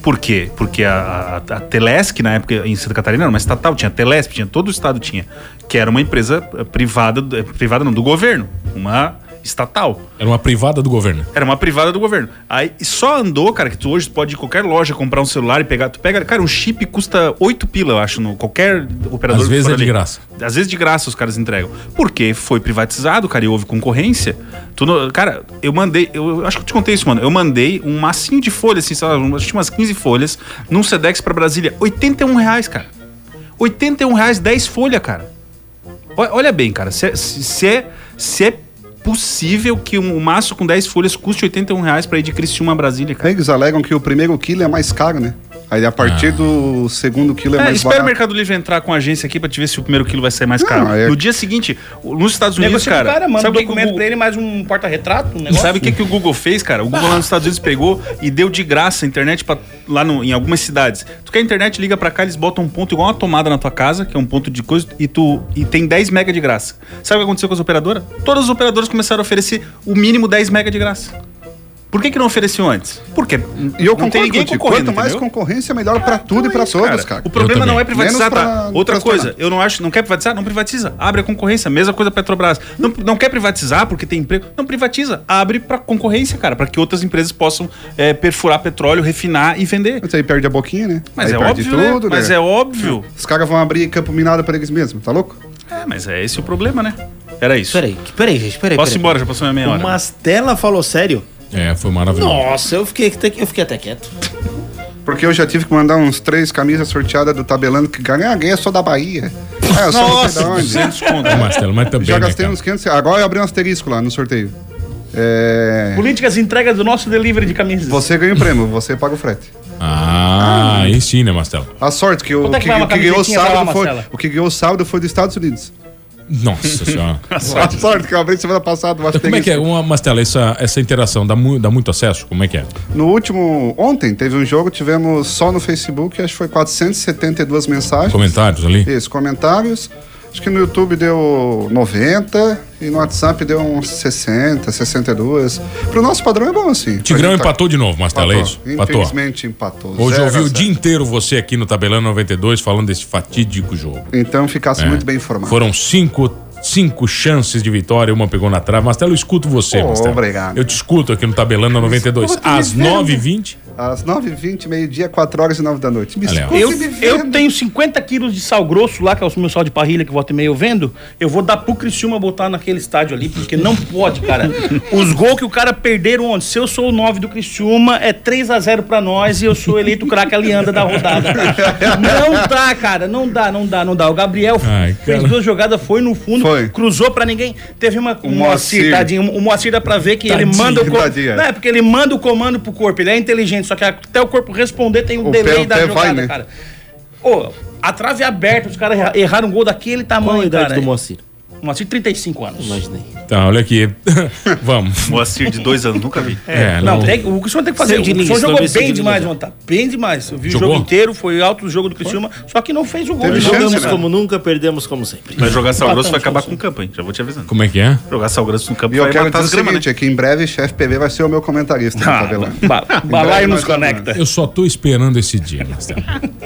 Por quê? Porque a, a, a Telesc, na época em Santa Catarina, era uma estatal, tinha Telesp, tinha todo o estado tinha, que era uma empresa eh, privada, do- eh, privada não, do governo, uma estatal.
Era uma privada do governo.
Era uma privada do governo. Aí e só andou, cara, que tu hoje pode ir em qualquer loja comprar um celular e pegar. Tu pega. Cara, um chip custa 8 pila, eu acho, no qualquer operador.
Às
que
vezes
for
é de graça.
Às vezes de graça os caras entregam. Porque foi privatizado, cara, e houve concorrência. Tu não- cara, eu mandei. Eu, eu acho que eu te contei isso, mano. Eu mandei um massinho de folhas, assim, sei lá, umas- tinha umas 15 folhas, num Sedex pra Brasília. 81 reais, cara. 81 reais, 10 folhas, cara. Ó- Olha bem, cara, se, é- se- se é, se é possível que um maço com 10 folhas custe 81 reais pra ir de Criciúma a Brasília, cara.
Eles alegam que o primeiro quilo é mais caro, né? Aí a partir do segundo quilo é,
É,
mais
espera o
barato.
Mercado Livre entrar com a agência aqui pra te ver se o primeiro quilo vai sair mais
Não,
caro.
é-
No dia seguinte, o- nos Estados Unidos,
Negocia com o
cara.
cara, manda
sabe
um
o que que o
documento
Google-
pra ele, mais um porta-retrato, um negócio.
Sabe o que, que o Google fez, cara? O Google lá nos Estados Unidos pegou e deu de graça a internet pra, lá no- em algumas cidades. Tu quer internet, liga pra cá, eles botam um ponto igual uma tomada na tua casa, que é um ponto de coisa, e tu e tem 10 mega de graça. Sabe o que aconteceu com as operadoras? Todas as operadoras começaram a oferecer o mínimo 10 mega de graça. Por que, que não ofereciam antes? Porque
E eu
não
concordo
tem ninguém
contigo.
concorrendo,
Quanto mais
entendeu?
concorrência, melhor pra tudo e pra todos, Ah, é cara.
é O problema não é privatizar,
Menos
tá?
pra-
Outra
pra
coisa, eu não acho, não quer privatizar? Não privatiza. Abre a concorrência, mesma coisa Petrobras. Não, não quer privatizar porque tem emprego? Não privatiza. Abre pra concorrência, cara, pra que outras empresas possam é, perfurar petróleo, refinar e vender.
Mas aí perde a boquinha, né?
Mas
Aí
é
perde
óbvio, né?
tudo,
Mas é óbvio.
Os caras vão abrir campo minado pra eles mesmos, tá louco?
É, mas é esse o problema, né? Era isso.
Peraí, peraí, gente, peraí.
Posso
peraí.
ir embora, né? já passou minha meia hora.
O Mastella falou sério?
É, foi maravilhoso.
Nossa, eu fiquei, eu fiquei até quieto.
Porque eu já tive que mandar uns três camisas sorteadas do tabelando que ganha, ganha só da Bahia. Ah, eu só não sei da onde.
conto. Marcelo, mas também,
Já
né,
gastei
cara?
uns 500 reais. Agora eu abri um asterisco lá no sorteio. É...
Políticas entregas do nosso delivery de camisas.
Você ganha o prêmio, você paga o frete.
Ah, aí sim, né, Marcelo?
A sorte que o
Quanto é
que,
que vai
o
uma
que ganhou
camisetinha pra
sábado
lá,
foi
Marcela?
o que ganhou sábado foi dos Estados Unidos.
Nossa senhora.
A sorte, que eu abri semana passada. um
Então, como é que é? Uma, Mastela, essa, essa interação dá, mu- dá muito acesso? Como é que é?
No último ontem teve um jogo, tivemos só no Facebook, acho que foi 472 mensagens.
Comentários ali?
Isso, comentários. Acho que no YouTube deu 90 e no WhatsApp deu uns 60, 62. Pro nosso padrão é bom assim. Pra
Tigrão
gente tá-
empatou de novo, Mastela, é isso? Empatou.
Infelizmente empatou.
Hoje
Zero
eu ouvi
a
o
zero.
dia inteiro você aqui no Tabelando 92 falando desse fatídico jogo.
Então ficasse
É.
muito bem informado.
Foram cinco, cinco chances de vitória, uma pegou na trave. Mastela, eu escuto você,
Oh,
Mastela.
obrigado.
Eu te escuto aqui no Tabelando 92. Às 9h20.
Às 9h20, meio-dia, 4 horas e 9 da noite. Me
Olha,
escuta
Eu,
e me vê.
eu tenho 50 quilos de sal grosso lá, que é o meu sal de parrilha que volta e meia eu vendo. Eu vou dar pro Criciúma botar naquele estádio ali, porque não pode,
(laughs)
cara. Os gols que o cara perderam ontem. Se eu sou o 9 do Criciúma, é 3 a 0 pra nós e eu sou eleito o craque alianda da rodada. Não dá, cara. Não dá, não dá, não dá. O Gabriel
Ai,
fez
cara.
duas jogadas, foi no fundo,
Foi.
cruzou pra ninguém. Teve uma. O
Moacir.
Moacir, tadinho. O Moacir dá pra ver que ele
Tadinho,
manda o corpo.
tadinho, é.
Não, é porque ele manda o comando pro corpo. Ele é inteligente, só que até o corpo responder tem um
O pé-
delay
o
da
pé
jogada,
vai, né?
cara. Ô, a trave é aberta, os caras erra- erraram um gol daquele
Qual a
tamanho,
idade
cara.
é-
do Moacir?
Moacir, 35 anos.
Imaginei.
Tá, olha aqui. (laughs) Vamos.
Um Moacir de dois anos, nunca vi.
(laughs)
É,
não, tem, o Cristiano tem que fazer.
Sem
O
de
Cristiano
linha,
jogou
talvez sem
bem
de
demais
linha.
ontem. tá? Bem demais. Eu vi
Jogou?
o jogo inteiro, foi alto o jogo do Criciúma, só que não fez o gol.
Teve
Não deu
chance,
Perdemos
né?
certo.
como nunca, perdemos como sempre.
Mas jogar sal grosso vai
Bastante,
acabar
sim.
com o campo, hein? Já vou te avisando.
Como é que é?
Jogar sal grosso no campo
E eu
vai
quero
matar
dizer o
as gramas, né?
seguinte, é que em breve chefe PV vai ser o meu comentarista.
Ah,
no Tabelão.
Ba-
(laughs)
Balaio nos conecta.
Eu só tô esperando esse dia, Marcelo.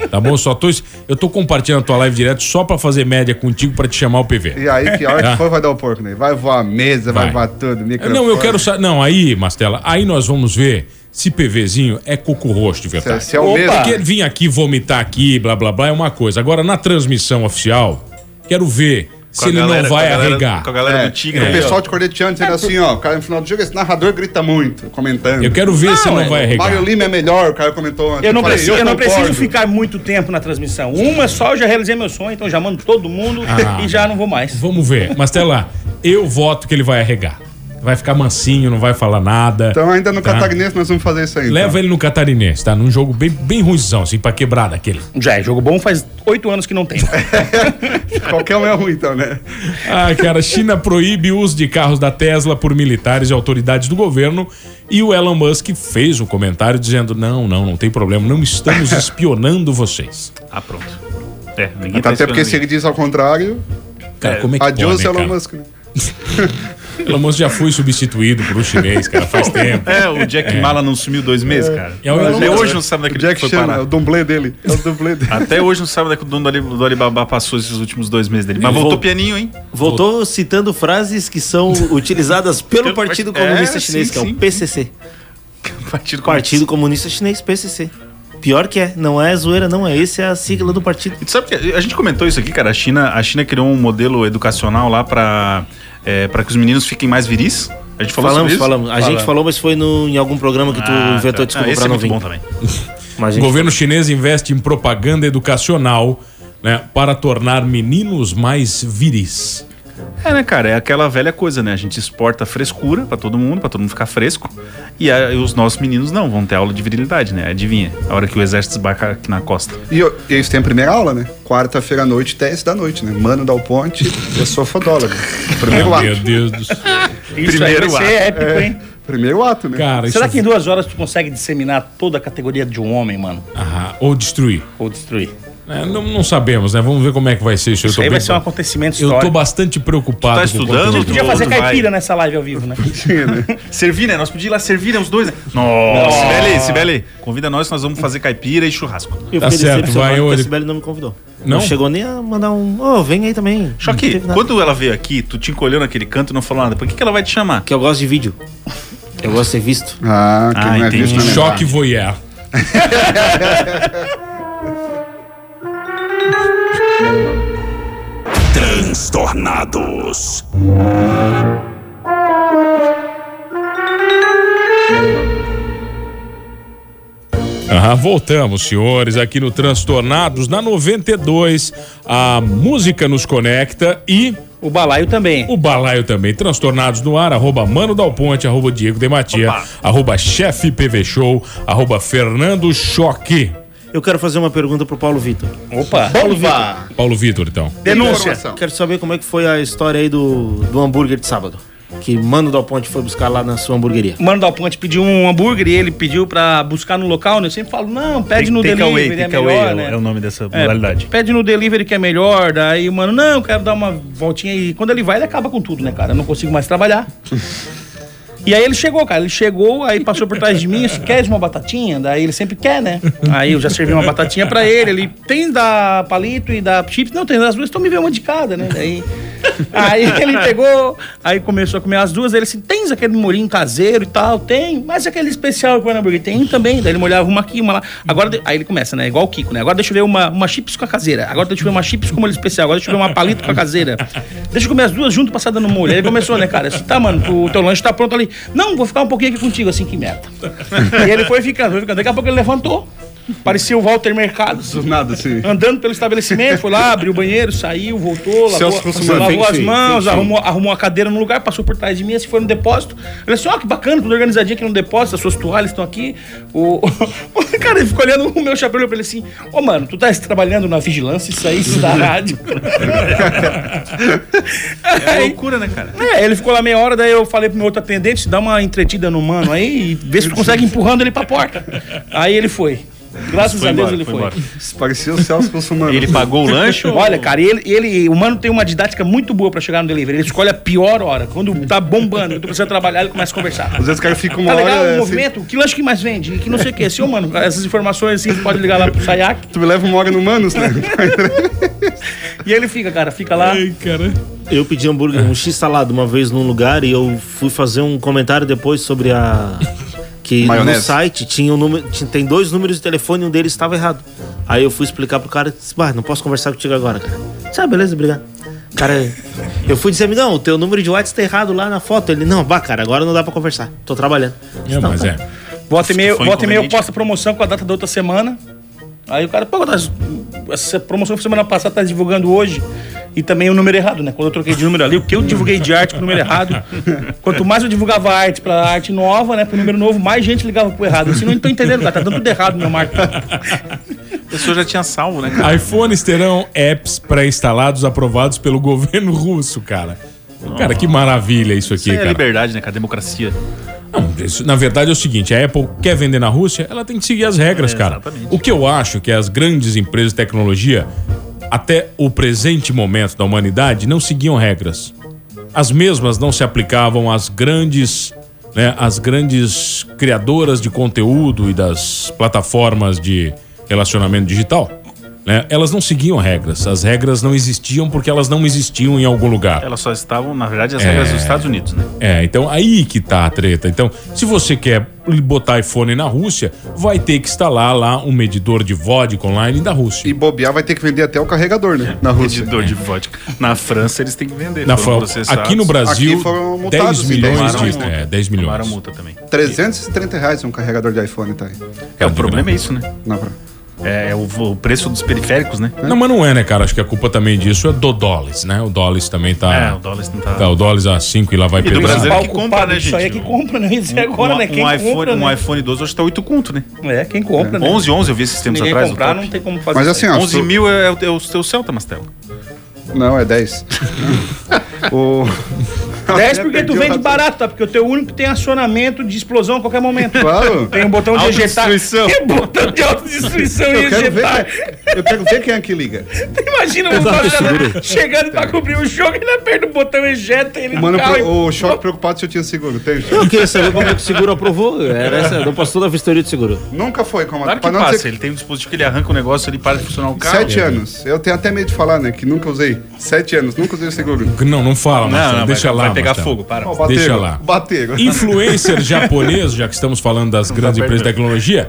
Tá bom? Só tô, es- eu tô compartilhando a tua live direto só pra fazer média contigo pra te chamar o PV.
E aí, que a hora que for, vai dar o porco nele. Vai voar a mesa, vai,
Ah. Vai.
voar tudo, microfone.
Não, eu quero saber. Não, aí, Mastela, aí nós vamos ver se PVzinho é coco roxo de
Se é-
verdade.
se é o
Opa!
mesmo...
Ah.
Porque vir aqui, vomitar aqui, blá blá blá, é uma coisa. Agora, na transmissão oficial, quero ver
Com
se
a
ele
galera-
não
com a
vai
galera-
arregar.
Com a galera
É,
do Tigre.
né?
né?
o
aí, ó.
pessoal de corneteando dizendo assim, ó, o cara no final do jogo, esse narrador grita muito, comentando.
Eu quero ver se
Não,
não
é-
vai arregar.
Mário Lima é melhor, o cara comentou ontem.
Eu não,
Falei,
preciso, eu não
concordo.
preciso ficar muito tempo na transmissão. Uma só, eu já realizei meu sonho, então já mando todo mundo
Ah.
e já não vou mais.
Vamos ver. Mastela, eu voto que ele vai arregar. Vai ficar mansinho, não vai falar nada.
Então ainda no
tá?
catarinense nós vamos fazer isso aí. então.
Leva ele no catarinense, tá? Num jogo bem, bem ruizão, assim, pra quebrar daquele.
Já, é jogo bom faz oito anos que não tem.
Qualquer um é ruim, então, né?
Ah, cara, China proíbe o uso de carros da Tesla por militares e autoridades do governo. E o Elon Musk fez um comentário dizendo: não, não, não tem problema, não
(laughs)
estamos espionando vocês.
(laughs) Ah, pronto. É, ninguém tá
Até porque se
esperando ninguém.
ele diz ao contrário,
Cara, como é que
adiós
pode, né,
Elon
cara?
Musk. né?
Pelo menos já fui substituído por um chinês, cara, (laughs) faz tempo.
É, o Jack Mala não sumiu dois meses, cara.
É o Elon
Até
Musk.
hoje não sabe daquele
Jack
que foi
Chan,
parar.
é o dublê dele. É o dublê dele.
Até hoje não sabe onde é que o dono do Ali- do Alibaba passou esses últimos dois meses dele. Mas
Ele
voltou
vol-
pianinho, hein? (laughs)
Voltou citando frases que são utilizadas pelo Partido
Parti-
Comunista
É,
Chinês,
sim,
que é
sim.
o PCC.
Partido
Partido Comunista Chinês, PCC. Pior que é, não é zoeira, não é. Essa é a sigla do partido.
E tu sabe que a gente comentou isso aqui, cara. A China, a China criou um modelo educacional lá pra, é, pra que os meninos fiquem mais viris. A gente falou
falamos,
sobre isso?
falamos. A gente
Falamos.
falou, mas foi no- em algum programa que tu
Ah,
inventou
tá.
desculpa
Ah, esse
pra
é
não
muito
vir.
bom tá. também.
o governo chinês investe em propaganda educacional né, para tornar meninos mais viris.
É, né, cara? É aquela velha coisa, né? A gente exporta frescura pra todo mundo, pra todo mundo ficar fresco. E a- os nossos meninos não vão ter aula de virilidade, né? Adivinha? A hora que o exército desbarca aqui na costa.
E eu- e eles têm a primeira aula, né? Quarta-feira à noite, 10 da noite, né? Mano Dal Ponte, eu sou fodólogo. Primeiro
Ah,
ato. É,
Meu Deus do céu.
Isso Primeiro aí vai ser ato.
É.
épico, hein?
Primeiro ato, né?
Será
é
que em duas horas tu consegue disseminar toda a categoria de um homem, mano?
Ah, ou destruir.
Ou destruir.
É, não, não sabemos, né? Vamos ver como é que vai ser isso. Eu
Isso
tô
aí vai
bem-
ser um acontecimento
Eu tô
histórico.
bastante preocupado.
Tu tá
com o
estudando,
conteúdo.
tu
Podia fazer
Todo vai.
caipira nessa live ao vivo, né?
Servir, né? Nós podíamos ir lá servir, né? Os dois, né? Nossa, Sibeli, Sibeli, convida nós, nós vamos fazer caipira e churrasco.
Eu
Tá
fiquei
certo,
decepcionado
vai,
que
Yuri.
a Sibeli não me convidou.
Não?
Não chegou nem a mandar um. Ô, vem aí também.
Só
Não
que,
teve nada.
quando ela veio aqui, tu te encolheu naquele canto e não falou nada. Por que, que ela vai te chamar?
Que eu gosto de vídeo. Eu gosto de ser visto.
Ah, que
Ah,
não é
entendi.
visto, né?
Choque voyeur.
Transtornados.
Aham, voltamos, senhores, aqui no Transtornados, na 92. A música nos conecta e.
O balaio também.
O balaio também. Transtornados no ar, arroba Mano Dal Ponte, arroba Diego Dematia, arroba Chefe PV Show, arroba Fernando Choque.
Eu quero fazer uma pergunta pro Paulo Vitor.
Opa! Opa!
Paulo Vitor, então.
Denúncia!
Quero saber como é que foi a história aí do, do hambúrguer de sábado. Que Mano Dal Ponte foi buscar lá na sua hamburgueria.
O Mano Dal Ponte pediu um hambúrguer e ele pediu pra buscar no local, né? Eu sempre falo, não, pede no
Take- takeaway,
delivery, é
takeaway
melhor,
é o-
né?
é o nome dessa
É,
modalidade.
Pede no delivery que é melhor, daí, mano, não, quero dar uma voltinha e quando ele vai, ele acaba com tudo, né, cara? Eu não consigo mais trabalhar. E aí ele chegou, cara, ele chegou, aí passou por trás de mim, isso, quer uma batatinha? Daí ele sempre quer, né? Aí eu já servi uma batatinha pra ele, ele tem da palito e da chips, não, tem das duas, então me vê uma de cada, né? Daí Aí (laughs) ele pegou, aí começou a comer as duas. Aí ele assim: tens aquele molinho caseiro e tal? Tem, mas aquele especial com hambúrguer? Tem também. Daí ele molhava uma aqui, uma lá. Agora, de- aí ele começa, né? Igual o Kiko, né? Agora deixa eu ver uma, uma chips com a caseira. Agora deixa eu ver uma chips com molho especial. Agora deixa eu ver uma palito com a caseira. Deixa eu comer as duas junto passada no molho. Aí ele começou, né, cara? Assim, tá, mano, tu- o teu lanche tá pronto ali. Não, vou ficar um pouquinho aqui contigo, assim, que merda. E ele foi ficando, foi ficando. Daqui a pouco ele levantou. Parecia o Walter Mercado.
Do nada, assim.
Andando pelo estabelecimento, foi lá, abriu o banheiro, saiu, voltou,
Celso
lavou,
Russomano,
lavou
tem
as
sim,
mãos,
tem sim.
arrumou, arrumou a cadeira no lugar, passou por trás de mim, assim, foi no depósito. Olha só, que bacana, tudo organizadinho aqui no depósito, as suas toalhas estão aqui. O, o (laughs) cara ele ficou olhando o meu chapéu olhou pra ele assim, ô mano, tu tá trabalhando na vigilância, isso aí, isso da
(laughs)
rádio.
É loucura, né, cara?
É, ele ficou lá meia hora, daí eu falei pro meu outro atendente, dá uma entretida no mano aí e vê se tu consegue empurrando ele pra porta. Aí ele foi. Graças
Foi
a Deus
embora,
ele
foi
foi.
embora.
Isso Parecia o Celso Russomano.
Ele pagou o (laughs) lanche? ou-
Olha, cara, ele, ele, o mano tem uma didática muito boa pra chegar no delivery. Ele escolhe a pior hora. Quando tá bombando, quando precisa trabalhar, ele começa a conversar.
Às vezes o cara fica uma
tá legal
hora,
o
assim-
movimento? Que lanche que mais vende? Que não sei o que. Seu, mano, essas informações assim, pode ligar lá pro Sayak.
Tu me leva uma hora no Manos, né?
E ele fica, cara, fica lá.
Eu pedi hambúrguer, um x-salada uma vez num lugar e eu fui fazer um comentário depois sobre a. Que
Maionese.
no site tinha um número, ti- tem dois números de telefone e um deles estava errado. Aí eu fui explicar pro cara, disse, bah, não posso conversar contigo agora, cara. Disse, ah, beleza, obrigado. Cara, eu fui dizer, amigão, o teu número de WhatsApp tá errado lá na foto. Ele, não, bah, cara, agora não dá pra conversar, tô trabalhando.
É,
Não,
mas
tá.
é.
Volta e meia,
Foi
volta e meia eu
inconveniente.
posto a promoção com a data da outra semana. Aí o cara, pô, mas essa promoção que semana passada tá divulgando hoje. E também o número errado, né? Quando eu troquei de número ali, o que eu divulguei de arte com o número
(laughs)
errado. Quanto mais eu divulgava a arte pra arte nova, né? Pro número novo, mais gente ligava pro errado. Assim, não tô entendendo, cara. Tá dando tudo errado, meu
(laughs)
marca.
A pessoa já tinha salvo, né, cara?
iPhones terão apps pré-instalados aprovados pelo governo (laughs) russo, cara. Cara, que maravilha isso aqui,
Isso aí é
cara.
liberdade, né, cara? Democracia.
Não, isso, na verdade é o seguinte, a Apple quer vender na Rússia, ela tem que seguir as regras,
É,
cara.
exatamente.
O que eu acho que as grandes empresas de tecnologia, até o presente momento da humanidade, não seguiam regras. as mesmas não se aplicavam às grandes, né, às grandes criadoras de conteúdo e das plataformas de relacionamento digital. né? Elas não seguiam regras. As regras não existiam porque elas não existiam em algum lugar.
Elas só estavam, na verdade, as
É.
regras dos Estados Unidos, né?
É, então aí que tá a treta. Então, se você quer botar iPhone na Rússia, vai ter que instalar lá um medidor de vodka online da Rússia.
E bobear vai ter que vender até o carregador, né? Na Rússia. Medidor
de vodka. Na França eles têm que vender.
é. Na
foram
França.
processados.
Aqui no Brasil, 10 milhões
Tomaram
de.
multa.
É, 10
Tomaram
milhões.
multa também.
330 reais um carregador de iPhone, tá aí.
É, o problema é isso, né?
Não,
é, é o, o preço dos periféricos, né?
Não, mas não é, né, cara? Acho que a culpa também disso é do dólares, né? O dólares também tá.
É, o dólares não tá-
o dólares a 5 e lá vai
E do
pegar.
brasileiro que
Culpado
compra, né,
disso
gente?
aí é que compra, né? Isso é agora,
um,
né? Quem
um iPhone,
compra,
um
né?
iPhone 12 hoje tá 8 conto, né?
É, quem compra, né?
11, 11, eu vi esses tempos
Ninguém
atrás.
comprar,
o top.
não tem como fazer Mas isso aí. assim, ó,
11
sou-
mil é, o- é o teu Celta, Mastelo.
Não,
(laughs)
é 10. (laughs) o...
10 porque tu vende barato, tá? Porque o teu único que tem acionamento de explosão a qualquer (laughs) momento.
Claro.
Tem um botão de ejetar.
Autodestruição.
Tem um botão de autodestruição e
Eu quero, ver, né?
ejetar.
eu quero ver quem é
(laughs)
que liga.
Imagina o
Exato,
cara
seguro.
chegando pra cobrir o choque, ele aperta o botão ejeta, ele
Mano,
cai.
o choque preocupado se eu tinha seguro. Tem um choque.
Eu queria saber como é que o seguro aprovou. Era essa, não passou da vistoria de seguro.
Nunca foi, como
Claro que
pra não
passa,
dizer-
ele tem um dispositivo que ele arranca o negócio, ele para de funcionar o carro. É.
é.
Sete anos. Eu tenho até medo de falar, né? Que nunca usei. Sete anos, nunca usei o seguro.
Não, não fala,
Não,
Marcelo.
não,
deixa
vai-
lá.
vai pegar
Marcelo.
fogo, para.
Ó, bateu,
deixa lá.
Bateu.
(laughs)
Influencer japonês, já que estamos falando das grandes
tá
empresas de tecnologia,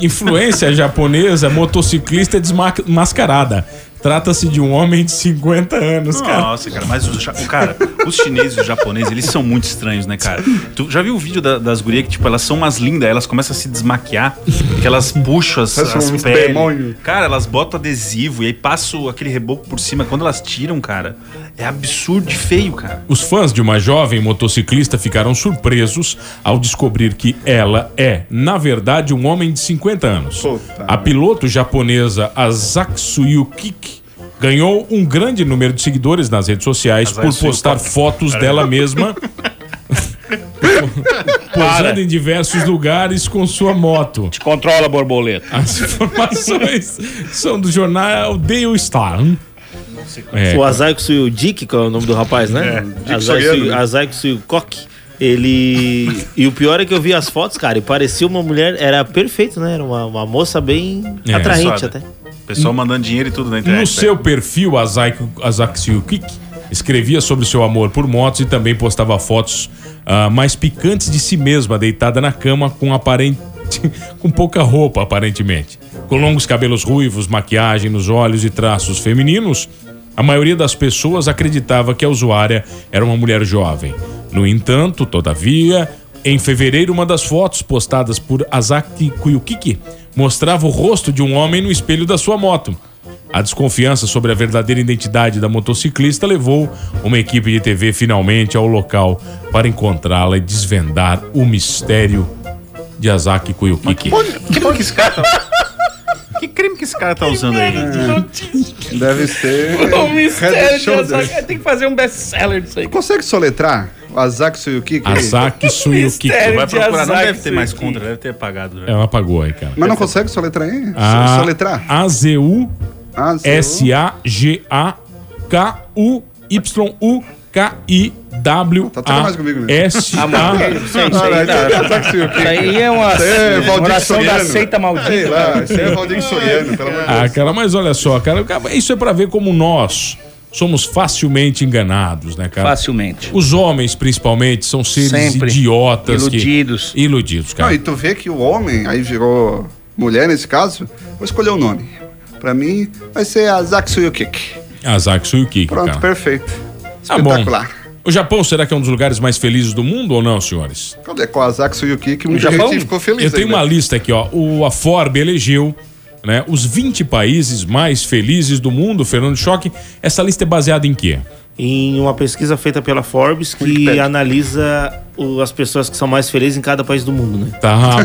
Influência japonesa, motociclista desmascarada. Trata-se de um homem de 50 anos, cara.
Nossa, cara, mas os, ja- cara, os chineses e os japoneses, eles são muito estranhos, né, cara? Tu já viu o vídeo da- das gurias que, tipo, elas são umas lindas, elas começam a se desmaquiar, que elas puxam as,
Parece
as
uns
peles.
demônio.
Cara, elas botam adesivo e aí passam aquele reboco por cima. Quando elas tiram, cara, é absurdo de feio, cara.
Os fãs de uma jovem motociclista ficaram surpresos ao descobrir que ela é, na verdade, um homem de 50 anos. a piloto japonesa Azatsuyuki ganhou um grande número de seguidores nas redes sociais por
Azatsuyu
postar
Kiki.
fotos
Pera aí.
dela
(laughs)
mesma (laughs) posando em diversos lugares com sua moto. Te
controla, borboleta.
As informações são do jornal Daily Star. hein? É,
o Azaiko Suyudik, que é o nome do rapaz, né?
É, Dick
Azaiko
Soriano,
Suyu-
né?
Azaiko Suyukok. Ele. E o pior é que eu vi as fotos, cara, e parecia uma mulher. Era perfeito, né? Era uma, uma moça bem
É.
atraente
Engraçada.
até.
Pessoal mandando dinheiro e tudo na internet.
No
né?
seu perfil, Azaxio Kik escrevia sobre seu amor por motos e também postava fotos ah, mais picantes de si mesma, deitada na cama com aparente. (laughs) Com pouca roupa, aparentemente. Com longos cabelos ruivos, maquiagem nos olhos e traços femininos, a maioria das pessoas acreditava que a usuária era uma mulher jovem. No entanto, todavia, em fevereiro, uma das fotos postadas por Azaki Kuyukiki mostrava o rosto de um homem no espelho da sua moto. A desconfiança sobre a verdadeira identidade da motociclista levou uma equipe de TV finalmente ao local para encontrá-la e desvendar o mistério de Azaki Kuyukiki.
crime que esse cara tá... Que crime que esse cara tá usando aí?
Deve
(laughs)
ser.
O
Head and
É um mistério
Shoulders.
dessa Tem que fazer um best-seller disso aí.
Consegue soletrar? Azaki Suyukiki? (laughs)
Azaki Suyukiki.
Mistério
Vai procurar, não
Azaki
deve ter mais
Suzuki.
contra, deve ter apagado. né?
Ela É um apagou aí, cara.
Mas não consegue soletrar aí?
A-
Soletrar? Ah,
A-Z-U S-A-G-A-K-U-Y-U-K-I-W.
toca mais comigo, né?
S
Ah, mano,
A
isso aí, isso aí Caralho, tá- que Azaki Suzuki.
Isso aí é uma-
Isso aí é Valdir
oração da
Soriano.
seita maldita.
Sei lá, isso aí é Valdir Soriano, pelo amor de Deus.
Ah, cara, mas olha só, cara, isso é pra ver como nós somos facilmente enganados, né, cara?
Facilmente.
Os homens, principalmente, são seres
Sempre.
idiotas. que-
Iludidos.
Iludidos,
Não, e
cara.
tu vê que o homem, aí virou mulher nesse caso, vou escolher o nome. Pra mim, vai ser Azaki Suyukiki.
Azaki Suyukiki,
Pronto,
cara.
perfeito.
Tá bom. O Japão será que é um dos lugares mais felizes do mundo ou não, senhores?
Cadê Então, é com a Azaki Suyukiki? Muita gente um ficou feliz
Eu tenho
aí, né?
uma lista aqui, ó. O, a Forbes elegeu né, os 20 países mais felizes do mundo, Fernando Choque. Essa lista é baseada em quê?
Em uma pesquisa feita pela Forbes que analisa o- as pessoas que são mais felizes em cada país do mundo, né?
Tá.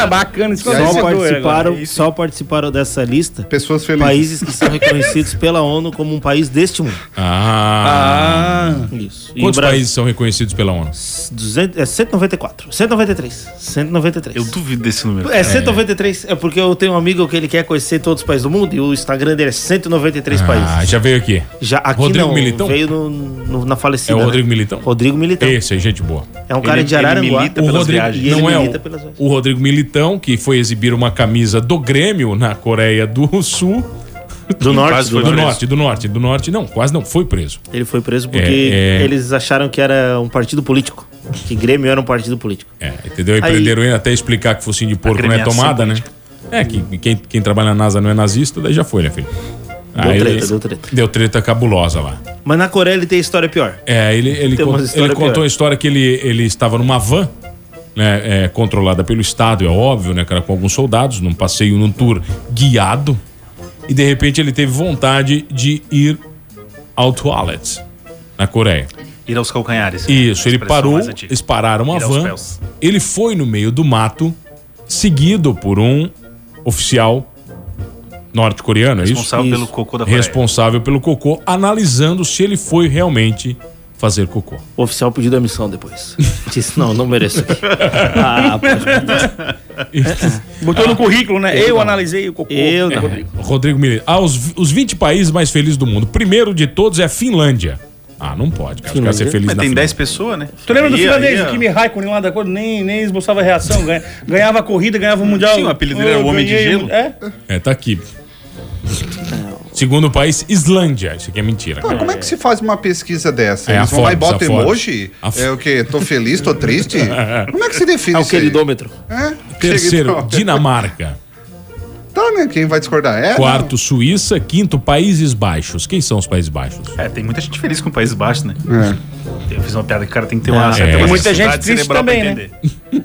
Ah, bacana, isso
Só participaram,
agora.
só participaram dessa lista
pessoas felizes.
países que são reconhecidos pela ONU como um país deste mundo.
Ah.
Isso. E o
Quantos
Brasil-
países são reconhecidos pela ONU?
200, é 194. 193. 193. Eu
duvido desse número.
É 193. É. porque eu tenho um amigo que ele quer conhecer todos os países do mundo e o Instagram dele é 193
Ah,
países.
já veio aqui.
Já aqui
Rodrigo
não,
Militão?
veio no- no- na falecida.
É o
né?
Rodrigo Militão?
Rodrigo Militão.
Esse aí, gente boa.
É um cara de Araranguá.
o Rodrigo, Não é o,
pelas viagens.
o Rodrigo Militão, que foi exibir uma camisa do Grêmio na Coreia do Sul.
Do norte, Quase
do,
foi preso.
norte, do norte, do norte, não, quase não, foi preso.
Ele foi preso porque
É, é.
eles acharam que era um partido político. Que Grêmio era um partido político.
É, Entendeu? E
Aí-
prenderam ele até explicar que focinho de porco não é
Agremiação
tomada,
política.
né? É, que quem, quem trabalha na NASA não é nazista, daí já foi, né, filho?
Deu treta, deu
treta. Deu treta cabulosa lá.
Mas na Coreia ele tem história pior.
É, ele, ele,
Tem
con-
umas
ele
histórias
contou
piores.
a história que ele, ele estava numa van, né, é, controlada pelo Estado, é óbvio, né, cara, com alguns soldados, num passeio, num tour guiado, e de repente ele teve vontade de ir ao toilet na Coreia.
Ir aos calcanhares.
Isso, ele
É, Expressão
parou,
mais antiga.
eles pararam a
Ir aos
van,
pés.
ele foi no meio do mato, seguido por um oficial norte-coreano, é isso?
Responsável pelo
Isso.
cocô da Coreia.
Responsável pelo cocô, analisando se ele foi realmente fazer cocô.
O oficial pediu demissão depois. (laughs) Disse, não, não mereço
(laughs)
aqui. ah,
Botou no currículo, né?
Eu
Eu,
não.
analisei o cocô.
Eu não.
Rodrigo.
Rodrigo Mineiro. Ah, os, os 20 países mais felizes do mundo. Primeiro de todos é a Finlândia. Ah, não pode, cara. Os caras ser feliz
Mas
na
tem
Finlândia.
10 pessoas, né?
Tu lembra do
Aí,
finlandês?
aí,
O Kimi Raikkonen lá da cor, nem, nem esboçava reação. ganha- Ganhava a corrida, ganhava o Mundial.
Sim, o apelido dele
Eu
era o Homem de
ganhei-
Gelo.
É.
É, tá aqui. Segundo país, Islândia. Isso aqui é mentira.
Pô,
cara.
como é que se faz uma pesquisa dessa?
É, a
Eles vão lá e
Forbes,
botam
a Forbes.
emoji?
A
É o quê? Tô feliz, tô
(laughs)
triste? Como é que se define
É o
isso aí?
queridômetro.
É?
Terceiro,
Queridômetro.
Dinamarca.
Tá, né? Quem vai discordar? É?
Quarto, Suíça. Quinto, Países Baixos. Quem são os Países Baixos?
É, tem muita gente feliz com o País Baixo, né?
É.
Eu fiz uma piada que o cara tem que ter
Ah,
uma certa
é.
capacidade
Muita gente
cerebral
triste
pra
também, né?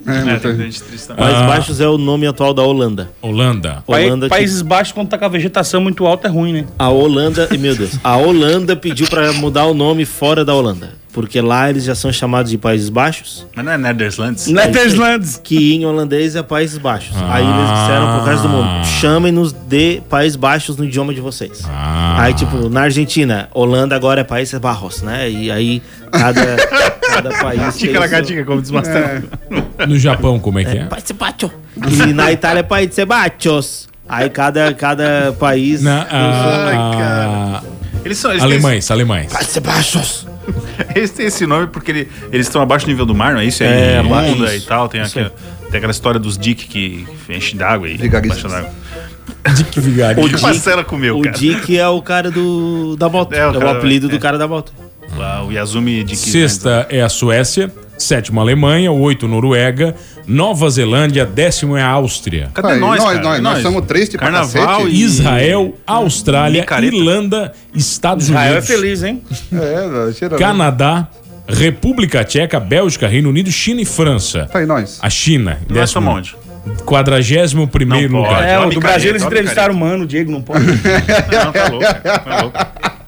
entender. É, tem gente triste
Ah.
também.
Ah.
Países Baixos é o nome atual da Holanda.
Holanda.
Pai-
Holanda que-
Países Baixos, quando tá com a vegetação muito alta, é ruim, né?
A Holanda, e, meu Deus, a Holanda pediu pra mudar o nome fora da Holanda. Porque lá eles já são chamados de Países Baixos.
Mas não é Netherlands?
Netherlands.
Que em holandês é Países Baixos. Aí eles
Ah.
disseram pro resto do mundo: chamem-nos de Países Baixos no idioma de vocês.
Ah.
Aí, tipo, na Argentina, Holanda agora é Países Barros, né? E aí cada, cada país. tem
Tica
seu-
lagatica, como diz o Mastrão.
No Japão, como é que é?
Países Baixos. E na Itália é Países Baixos. Aí cada, cada país.
Na, ah,
(laughs) Eles são. Eles
alemães, alemães.
Países Baixos.
Têm, eles têm esse nome porque ele- eles estão abaixo do nível do mar, não é isso?
É,
É,
abaixo,
onda e
isso.
tal. Tem,
Isso
aquela, tem aquela história dos Dick que enche d'água e
Vigaristas.
baixa d'água.
Dick Vigário.
O que Marcela comeu,
o
cara?
Dick é o cara do, da moto. É,
o
o,
cara-
apelido do cara da moto.
Ah, o Yazumi Dick.
Sexta é a Suécia, sétima Alemanha, oito Noruega, Nova Zelândia, décimo é a Áustria.
Cadê Aí, nós, nós, cara? nós, nós Nós. somos tristes pra Carnaval cacete. e-
Israel, Austrália,
Micareta.
Irlanda, Estados
Ah,
Israel
Unidos,
é feliz,
hein?
É, velho, tira-
Canadá, República Tcheca, Bélgica, Reino Unido, China e França.
Tá aí nós.
A China,
é
décimo.
onde?
41 primeiro lugar.
É, o do Brasil eles entrevistaram o Mano, o Diego não
(laughs)
pode.
não, tá
(laughs)
louco.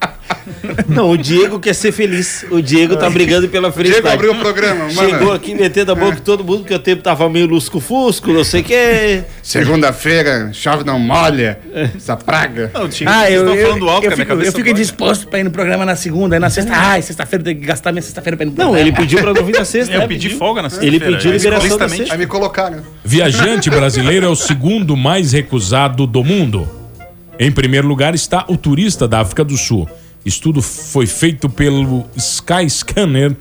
Não, o Diego quer ser feliz. O Diego tá brigando pela felicidade.
Diego abriu o programa, mano.
Chegou aqui metendo a boca em todo mundo, que o tempo tava meio lusco-fusco, não sei o quê.
Segunda-feira, chave não molha.
É.
Essa praga.
Ah, eu fico, eu fico disposto pra ir no programa na segunda, aí na sexta. Ai, sexta-feira eu tenho que gastar minha sexta-feira pra ir no
Não,
programa.
ele pediu pra não vir na sexta. né?
É, pedi folga na é
Ele pediu liberação da
Aí
sexta.
me colocaram.
Viajante brasileiro é o segundo mais recusado do mundo. Em primeiro lugar está o turista da África do Sul. Estudo foi feito pelo Skyscanner.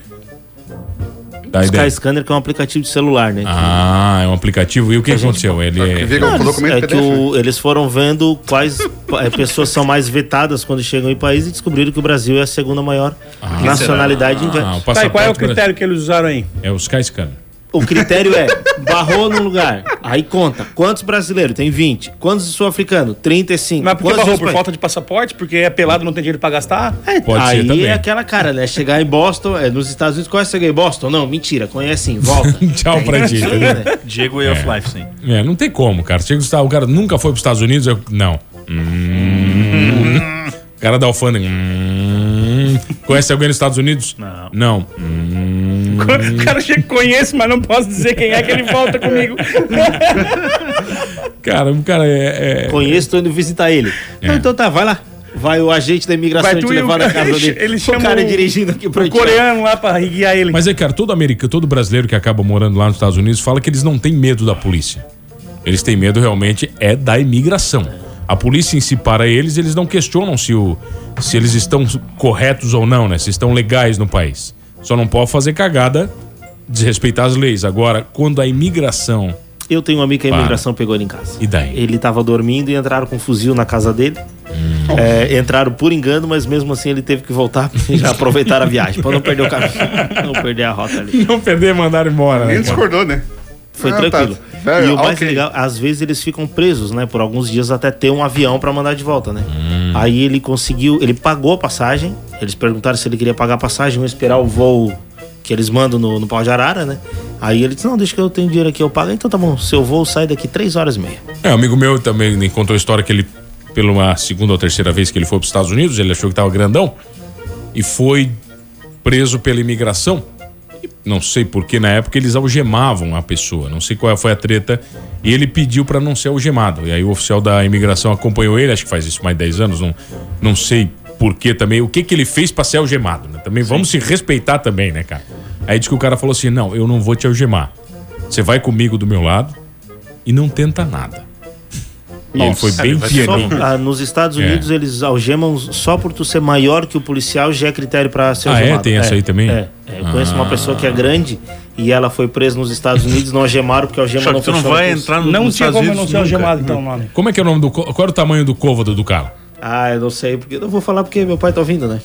Dá ideia?
Skyscanner que é um aplicativo de celular, né?
Ah, é um aplicativo. E o que aconteceu? Ele é-
Não, eles, é que o- eles foram vendo quais pa- eh, pessoas são mais vetadas quando chegam em país e descobriram que o Brasil é a segunda maior nacionalidade. em-
Ah, o passaporte Tá, e qual é o critério brasileiro?
que eles usaram aí?
É o Skyscanner.
O critério é, barrou num lugar, aí conta. Quantos brasileiros? Tem 20. Quantos sul-africanos? 35.
Mas por que
Quantos
barrou? Por
espanhóis?
falta de passaporte? Porque é pelado, não tem dinheiro pra gastar?
aí é aquela cara, né? Chegar em Boston, é, nos Estados Unidos, conhece alguém em Boston? Não, mentira, conhece
(laughs)
sim, volta. né?
Tchau pra ti. entendeu?
né?
Diego Way of Life, sim.
É, não tem como, cara. Chega, "Ah, o cara nunca foi pros Estados Unidos. Eu, não. Hum. O cara da alfândega. hum. Conhece alguém nos Estados Unidos? Não. Não. Hum.
(laughs) O cara chega, conhece, mas não posso dizer quem é que ele
(laughs)
volta comigo.
Cara, o cara é.
Conheço, tô indo visitar ele. Não, então tá, vai lá. Vai o agente da imigração
É. Vai
te
tu e o
levar na
cara- (laughs)
casa dele.
ele
O
chama
cara
o-
dirigindo aqui pra
o
gente.
coreano lá pra guiar ele.
Mas é, cara, todo americano, todo brasileiro que acaba morando lá nos Estados Unidos fala que eles não têm medo da polícia. Eles têm medo realmente é da imigração. A polícia em si para eles, eles não questionam se, o, se eles estão corretos ou não, né? Se estão legais no país. Só não pode fazer cagada, desrespeitar as leis. Agora, quando a imigração.
Eu tenho um amigo que a
Para.
imigração pegou ele em casa.
E daí?
Ele tava dormindo e entraram com um fuzil na casa dele.
Hum.
É, entraram por engano, mas mesmo assim ele teve que voltar (laughs) e já aproveitar a viagem, pra não perder o caminho, não perder a rota ali.
Não perder, mandaram embora.
Ninguém discordou, né?
Foi
Ah,
tranquilo.
tá. Fair,
e o mais
ok.
legal, às vezes eles ficam presos, né? Por alguns dias até ter um avião pra mandar de volta, né?
Hum.
Aí ele conseguiu, ele pagou a passagem. Eles perguntaram se ele queria pagar a passagem ou esperar o voo que eles mandam no, no pau de arara, né? Aí ele disse: Não, deixa que eu tenho dinheiro aqui, eu pago. Então tá bom, seu voo sai daqui três horas e meia.
É, um amigo meu também me contou a história que ele, pela uma segunda ou terceira vez que ele foi para os Estados Unidos, ele achou que estava grandão e foi preso pela imigração. E Não sei porque na época eles algemavam a pessoa, não sei qual foi a treta. E ele pediu para não ser algemado. E aí o oficial da imigração acompanhou ele, acho que faz isso mais de 10 anos, não, não sei por que também, o que, que ele fez para ser algemado. né? Também vamos se respeitar também, né, cara? Aí diz que o cara falou assim: não, eu não vou te algemar. Você vai comigo do meu lado e não tenta nada. E ele foi bem pianinho.
Só- ah, nos Estados
É.
Unidos eles algemam só por tu ser maior que o policial já é critério pra ser
Ah, é?
algemado.
Tem essa aí também? Ah.
É. É, Eu conheço uma pessoa que é grande e ela foi presa nos Estados Unidos, não algemaram porque a algema
Só que
não
tu não
funciona
vai
com isso.
entrar no- Não nos tinha Estados como eu não Unidos ser nunca. algemado, então,
nome.
Como é que é o nome do. co- Qual era o tamanho do côvado do cara?
Ah, eu não sei, porque eu não vou falar porque meu pai tá ouvindo, né?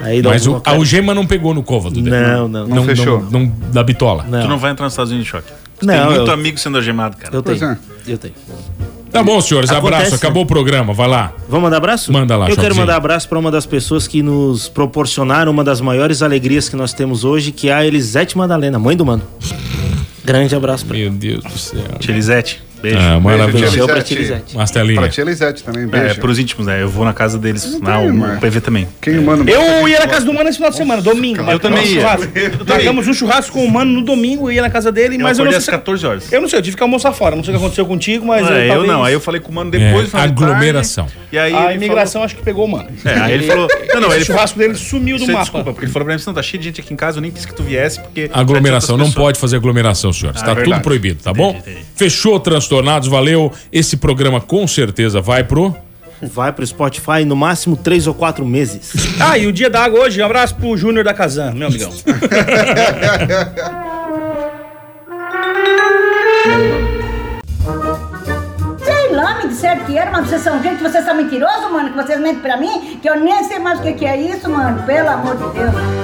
Aí dá
Mas
uma
o, a algema não pegou no côvado dele.
Não, não. Não fechou.
Não, da bitola.
Tu não vai entrar nos Estados Unidos, choque. Tu
Não,
tem muito
eu-
amigo sendo algemado, cara.
Eu tenho. Eu tenho.
Tá bom, senhores.
Acontece,
abraço.
né?
Acabou o programa. Vai lá.
Vamos mandar abraço?
Manda lá,
Eu quero
Choquezinho.
mandar abraço para uma das pessoas que nos proporcionaram uma das maiores alegrias que nós temos hoje, que é a Elisete Madalena, mãe do mano. Grande abraço pra
Meu Deus do céu.
Tilizete. Beijo.
Ah,
Beijo,
maravilhoso.
Tia Lisete.
Marcelinho.
Pra tia Elisete também,
É,
beijo.
pros íntimos, né? Eu vou na casa deles. Não, o PV também.
Quem manda
É,
Eu ia na casa do mano esse final de semana, domingo.
Eu também
Um
ia.
churrasco. Pagamos um churrasco com o mano no domingo, eu ia na casa dele,
Eu
mas eu não
acordei
sei.
às 14 horas.
Eu não sei, eu tive que almoçar fora. Não sei o que aconteceu contigo, mas.
Ah, eu
talvez-
não, aí eu falei com o mano depois, no final de
aglomeração.
tarde, e aí
a
ele
imigração acho que pegou o mano.
É, aí ele falou. Não, não,
Esse
ele
churrasco dele sumiu do
Você
mapa.
Desculpa, porque ele falou pra mim: "Você não, tá cheio de gente aqui em casa, eu nem quis que tu viesse, porque.
Aglomeração,
tá
não
cheio de outras
pode fazer aglomeração, senhores.
Ah,
Está tudo
verdade.
proibido, tá bom? Fechou, transtornados, valeu. Esse programa com certeza vai pro.
Vai pro Spotify no máximo três ou quatro meses.
Ah, e o dia da água hoje, um abraço pro Júnior da Casan, meu amigão.
Sei lá, me disseram que era, mas vocês são gente, vocês são mentirosos, mano, que vocês mentem pra mim, que eu nem sei mais o que, que é isso, mano, pelo amor de Deus.